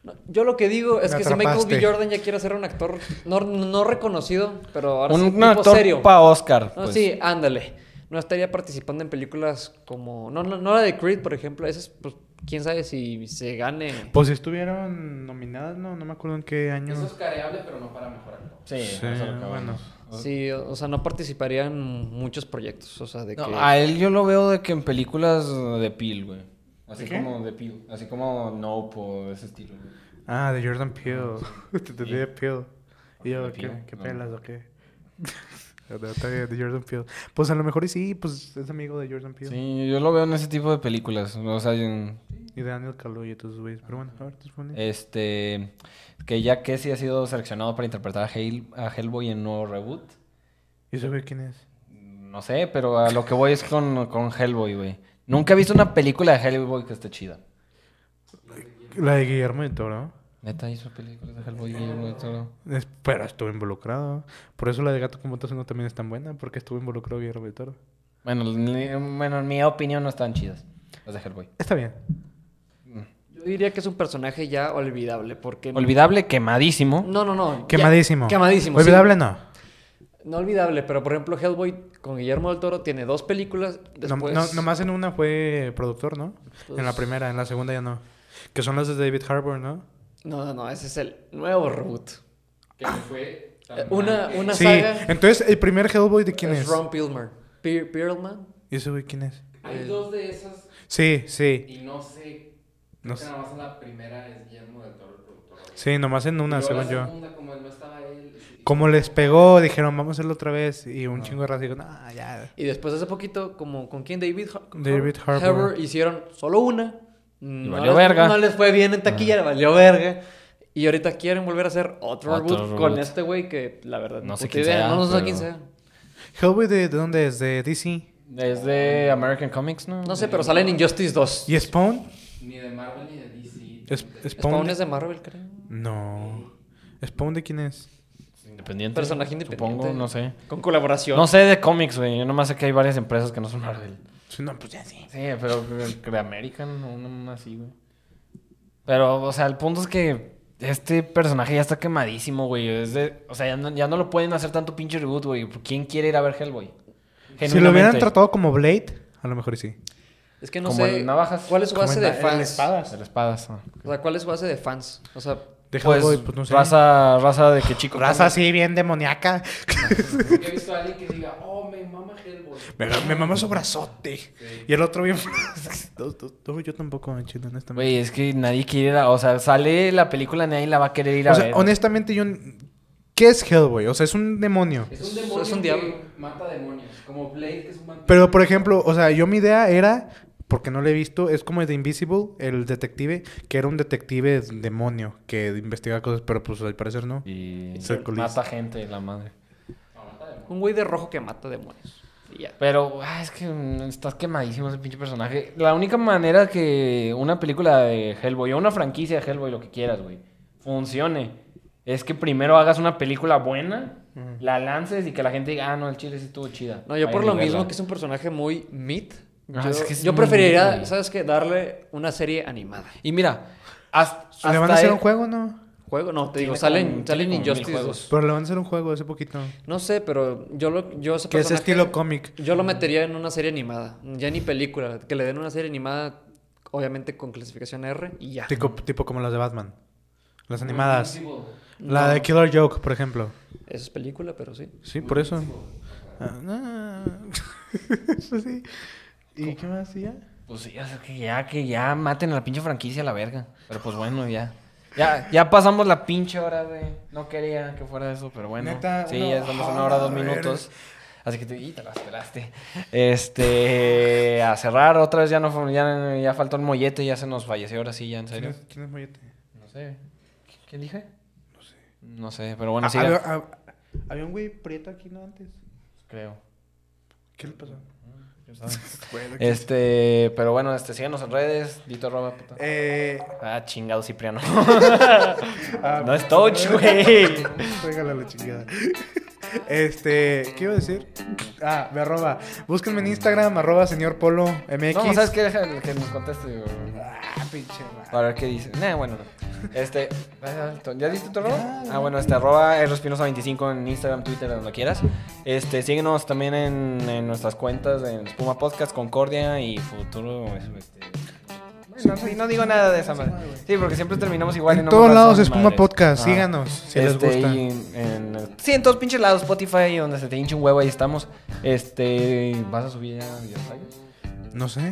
Speaker 5: No, yo lo que digo es
Speaker 1: Me
Speaker 5: que si Michael B.
Speaker 1: atrapaste.
Speaker 5: Jordan ya quiere ser un actor no, no reconocido, pero ahora sí,
Speaker 2: Un,
Speaker 5: tipo
Speaker 2: actor
Speaker 5: serio.
Speaker 2: pa' Oscar.
Speaker 5: No,
Speaker 2: pues.
Speaker 5: sí, ándale. No estaría participando en películas como... No, no, no la de Creed, por ejemplo. Esa es, pues, quién sabe si se gane...
Speaker 1: Pues estuvieron nominadas, no, no me acuerdo en qué
Speaker 5: eh,
Speaker 1: año.
Speaker 3: Es oscareable, pero no para mejorar.
Speaker 2: Sí,
Speaker 1: Sí,
Speaker 2: eso es lo que
Speaker 1: bueno.
Speaker 5: Sí, o o sea, no participaría en muchos proyectos, o sea, de
Speaker 2: No,
Speaker 5: que...
Speaker 2: a él yo lo veo de que en películas de Peel, güey. Así
Speaker 1: ¿De qué?
Speaker 2: como de Peel. Así como Nope o de ese estilo, güey.
Speaker 1: Ah, de Jordan Peele. Te te- de Peele. Y yo,
Speaker 2: ¿De
Speaker 1: ¿qué,
Speaker 2: Peele?
Speaker 1: qué
Speaker 2: No.
Speaker 1: pelas o qué? No, está bien, de Jordan Peele. Pues a lo mejor y sí, pues es amigo de Jordan Peele.
Speaker 2: Sí, yo lo veo en ese tipo de películas. O sea, en-
Speaker 1: Y de Daniel Kaluuya y todos esos güeyes. Pero bueno, a ver, tú pones.
Speaker 2: este. Que Jack Casey ha sido seleccionado para interpretar a, Hale- a Hellboy en nuevo reboot.
Speaker 1: ¿Y ese güey quién es?
Speaker 2: No sé, pero a lo que voy es con, con Hellboy, güey. Nunca he visto una película de Hellboy que esté chida.
Speaker 1: La de Guillermo del Toro.
Speaker 2: Neta hizo películas de Hellboy Guillermo del Toro.
Speaker 1: Es- pero estuvo involucrado. Por eso la de Gato con Botas uno también es tan buena, porque estuvo involucrado Guillermo del Toro.
Speaker 2: Bueno, ni- bueno, en mi opinión no están chidas las de Hellboy.
Speaker 1: Está bien.
Speaker 5: Yo diría que es un personaje ya olvidable, porque...
Speaker 2: Olvidable, quemadísimo.
Speaker 5: No, no, no. ya-
Speaker 1: Quemadísimo.
Speaker 5: Quemadísimo, sí.
Speaker 1: Olvidable no.
Speaker 5: No olvidable, pero por ejemplo, Hellboy con Guillermo del Toro tiene dos películas,
Speaker 1: No-
Speaker 5: después...
Speaker 1: no- nomás en una fue productor, ¿no? en la primera, en la segunda ya no. Que son las de David Harbour, ¿no?
Speaker 5: No, no, no, ese es el nuevo reboot.
Speaker 3: Que le fue tan
Speaker 5: Eh,
Speaker 3: mal
Speaker 5: Una,
Speaker 3: que-
Speaker 5: una
Speaker 1: Sí,
Speaker 5: saga
Speaker 1: entonces el primer Hellboy de quién
Speaker 5: es
Speaker 1: es?
Speaker 5: Ron Pilmer. Pe- Perlman. eh,
Speaker 1: ¿Y ese güey quién es?
Speaker 3: Hay dos de esas
Speaker 1: Sí, sí.
Speaker 3: y no sé
Speaker 1: No
Speaker 3: Creo
Speaker 1: sé.
Speaker 3: que nada más en la primera es Guillermo del Toro el productor.
Speaker 1: Sí, nomás en una,
Speaker 3: Y luego
Speaker 1: según
Speaker 3: la
Speaker 1: yo.
Speaker 3: segunda, como él no estaba él. y-
Speaker 1: Como les pegó, dijeron, vamos a hacerlo otra vez. Y un chingo de raza dijo, no, ya.
Speaker 5: Y después hace poquito, como con quién, David, Har-
Speaker 1: David Harbour.
Speaker 5: hicieron solo una. No
Speaker 2: valió
Speaker 5: les,
Speaker 2: verga. Ah.
Speaker 5: No les fue bien en taquilla, le valió verga. Y ahorita quieren volver a hacer otro,
Speaker 2: Otro
Speaker 5: reboot con
Speaker 2: reboot.
Speaker 5: este güey que la verdad
Speaker 2: No sé
Speaker 5: puta
Speaker 2: quién
Speaker 5: idea,
Speaker 2: sea,
Speaker 5: No, no sé
Speaker 2: pero-
Speaker 5: quién sea.
Speaker 1: Hellboy, ¿de, de dónde es? ¿De DC?
Speaker 2: Es de American Comics, ¿no?
Speaker 5: Oh. No sé, pero sale en Injustice 2.
Speaker 1: ¿Y Spawn?
Speaker 3: Ni de Marvel ni de DC.
Speaker 1: Es-
Speaker 3: De-
Speaker 1: es-
Speaker 5: Spawn es de Marvel, creo.
Speaker 1: No. ¿Spawn de quién es?
Speaker 2: Independiente.
Speaker 5: Personaje independiente.
Speaker 2: Supongo, no sé.
Speaker 5: Con colaboración.
Speaker 2: No sé de cómics, güey. Yo nomás sé que hay varias empresas que no son Marvel.
Speaker 1: Sí, No, pues ya sí.
Speaker 2: Sí, pero que de American o una así, güey. Pero, o sea, el punto es que este personaje ya está quemadísimo, güey. Es de- o sea, ya no, ya no lo pueden hacer tanto pinche reboot, güey. ¿Quién quiere ir a ver Hellboy?
Speaker 1: Si lo hubieran
Speaker 2: Genuinamente.
Speaker 1: tratado como Blade, a lo mejor y sí.
Speaker 5: Es que no
Speaker 2: Como
Speaker 5: sé.
Speaker 2: el navajas.
Speaker 5: ¿Cuál es su base
Speaker 2: Como
Speaker 5: de
Speaker 2: el-
Speaker 5: fans?
Speaker 2: El espadas. ah.
Speaker 5: O sea, ¿cuál es su base de fans? O sea,
Speaker 1: De
Speaker 2: Pues,
Speaker 1: Hellboy, pues no sé.
Speaker 2: raza, raza de que chico.
Speaker 1: Raza así, bien demoníaca.
Speaker 3: Nunca he visto a alguien que diga, oh, me mama Hellboy.
Speaker 1: Me, me mamó su brazote.
Speaker 3: Sí.
Speaker 1: Y el otro bien. no, no, no, yo tampoco, en Chile, honestamente.
Speaker 2: Güey, es que nadie quiere ir a... O sea, sale la película, nadie la va a querer ir a
Speaker 1: o sea,
Speaker 2: ver.
Speaker 1: honestamente, yo. n- ¿Qué es Hellboy? O sea, es un demonio.
Speaker 3: Es un demonio
Speaker 5: Es un diablo.
Speaker 3: que mata demonios. Como Blade, que es un vampiro.
Speaker 1: Pero, por ejemplo, o sea, yo mi idea era. Porque no lo he visto, es como el de Invisible, el detective, que era un detective demonio que investigaba cosas, pero pues al parecer no.
Speaker 2: Y
Speaker 1: Circulista.
Speaker 2: mata gente, la madre.
Speaker 3: No, mata demonios.
Speaker 5: un güey de rojo que mata demonios. Y ya.
Speaker 2: Pero ah, es que mm, estás quemadísimo ese pinche personaje. La única manera que una película de Hellboy o una franquicia de Hellboy, lo que quieras, güey, funcione es que primero hagas una película buena, la lances y que la gente diga, ah, no, el chile sí estuvo chida.
Speaker 5: No, yo por
Speaker 2: Vayan
Speaker 5: lo
Speaker 2: y verla.
Speaker 5: mismo que es un personaje muy mid. Yo,
Speaker 2: Ah, es que es
Speaker 5: yo
Speaker 2: muy
Speaker 5: preferiría,
Speaker 2: mid, güey.
Speaker 5: ¿sabes qué? Darle una serie animada.
Speaker 2: Y mira, hasta.
Speaker 1: ¿Le van a
Speaker 2: hasta
Speaker 1: hacer
Speaker 2: e-
Speaker 1: un juego, no?
Speaker 5: Juego, no, te
Speaker 2: Tiene
Speaker 5: digo,
Speaker 2: como-
Speaker 5: salen,
Speaker 2: tiene
Speaker 5: salen
Speaker 2: como mil
Speaker 5: Injustice
Speaker 2: juegos.
Speaker 5: 2.
Speaker 1: Pero le van a hacer un juego hace poquito.
Speaker 5: No sé, pero yo lo, yo ese
Speaker 1: Que es
Speaker 5: personaje-
Speaker 1: estilo cómic.
Speaker 5: Yo lo metería en una serie animada, ya ni película, que le den una serie animada, obviamente con clasificación R y ya.
Speaker 1: Tipo, tipo como las de Batman. Las animadas.
Speaker 3: Invincible.
Speaker 1: La de Killer Joke, por ejemplo.
Speaker 5: Eso es película, pero sí.
Speaker 1: Sí, por eso. Ah, no. Pues sí. ¿Y qué más? ¿Y ya?
Speaker 2: Pues sí, o sea, que ya, que ya maten a la pinche franquicia a la verga. Pero pues bueno, ya. Ya, ya pasamos la pinche hora, güey. No quería que fuera eso, pero bueno.
Speaker 1: Neta,
Speaker 2: sí,
Speaker 1: una-
Speaker 2: ya estamos una hora, dos
Speaker 1: Ah, verga.
Speaker 2: minutos. Así que te, y te las pelaste. Este, a cerrar, otra vez ya no fue- ya, ya faltó el mollete, ya se nos falleció ahora sí, ya en
Speaker 1: ¿Quién
Speaker 2: serio.
Speaker 1: es, quién es Mollete?
Speaker 2: No sé. ¿Qué, qué dije? No sé. No sé, pero bueno,
Speaker 1: Ah,
Speaker 2: sí.
Speaker 1: había, hab- había un güey prieto aquí, ¿no? Antes.
Speaker 2: Creo.
Speaker 1: ¿Qué le pasó?
Speaker 2: Este, pero bueno, este, síganos en redes, Dito Roba. puta.
Speaker 1: Eh,
Speaker 2: Ah, chingado, Cipriano.
Speaker 1: ah,
Speaker 2: no es touch, güey.
Speaker 1: Pégala la chingada. Este, ¿qué iba a decir? Ah, me arroba. Búsquenme en Instagram, arroba señor Polo MX.
Speaker 2: No, ¿sabes qué? Deja que nos conteste. güey.
Speaker 1: Ah, pinche madre.
Speaker 2: Para ver qué dice. Nah, bueno, no. Este, ¿ya diste tu
Speaker 1: Ya,
Speaker 2: arroba?
Speaker 1: ya.
Speaker 2: Ah, bueno, este, arroba errospinosa25 en Instagram, Twitter, donde quieras. Este, síguenos también en, en nuestras cuentas en Espuma Podcast, Concordia y Futuro. Este, bueno, sí, no digo nada de esa madre. Sí, porque siempre terminamos igual. y
Speaker 1: En
Speaker 2: no
Speaker 1: todos
Speaker 2: me
Speaker 1: lados
Speaker 2: pasan
Speaker 1: Espuma
Speaker 2: madres.
Speaker 1: Podcast,
Speaker 2: Ajá.
Speaker 1: síganos si les
Speaker 2: Este,
Speaker 1: gusta.
Speaker 2: y en- en- sí, en todos pinches lados, Spotify, donde se te hinche un huevo, ahí estamos. Este, ¿vas a subir ya videoensayos?
Speaker 1: No sé,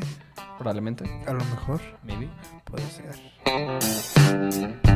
Speaker 2: Probablemente,
Speaker 1: a lo mejor
Speaker 2: maybe.
Speaker 1: puede ser.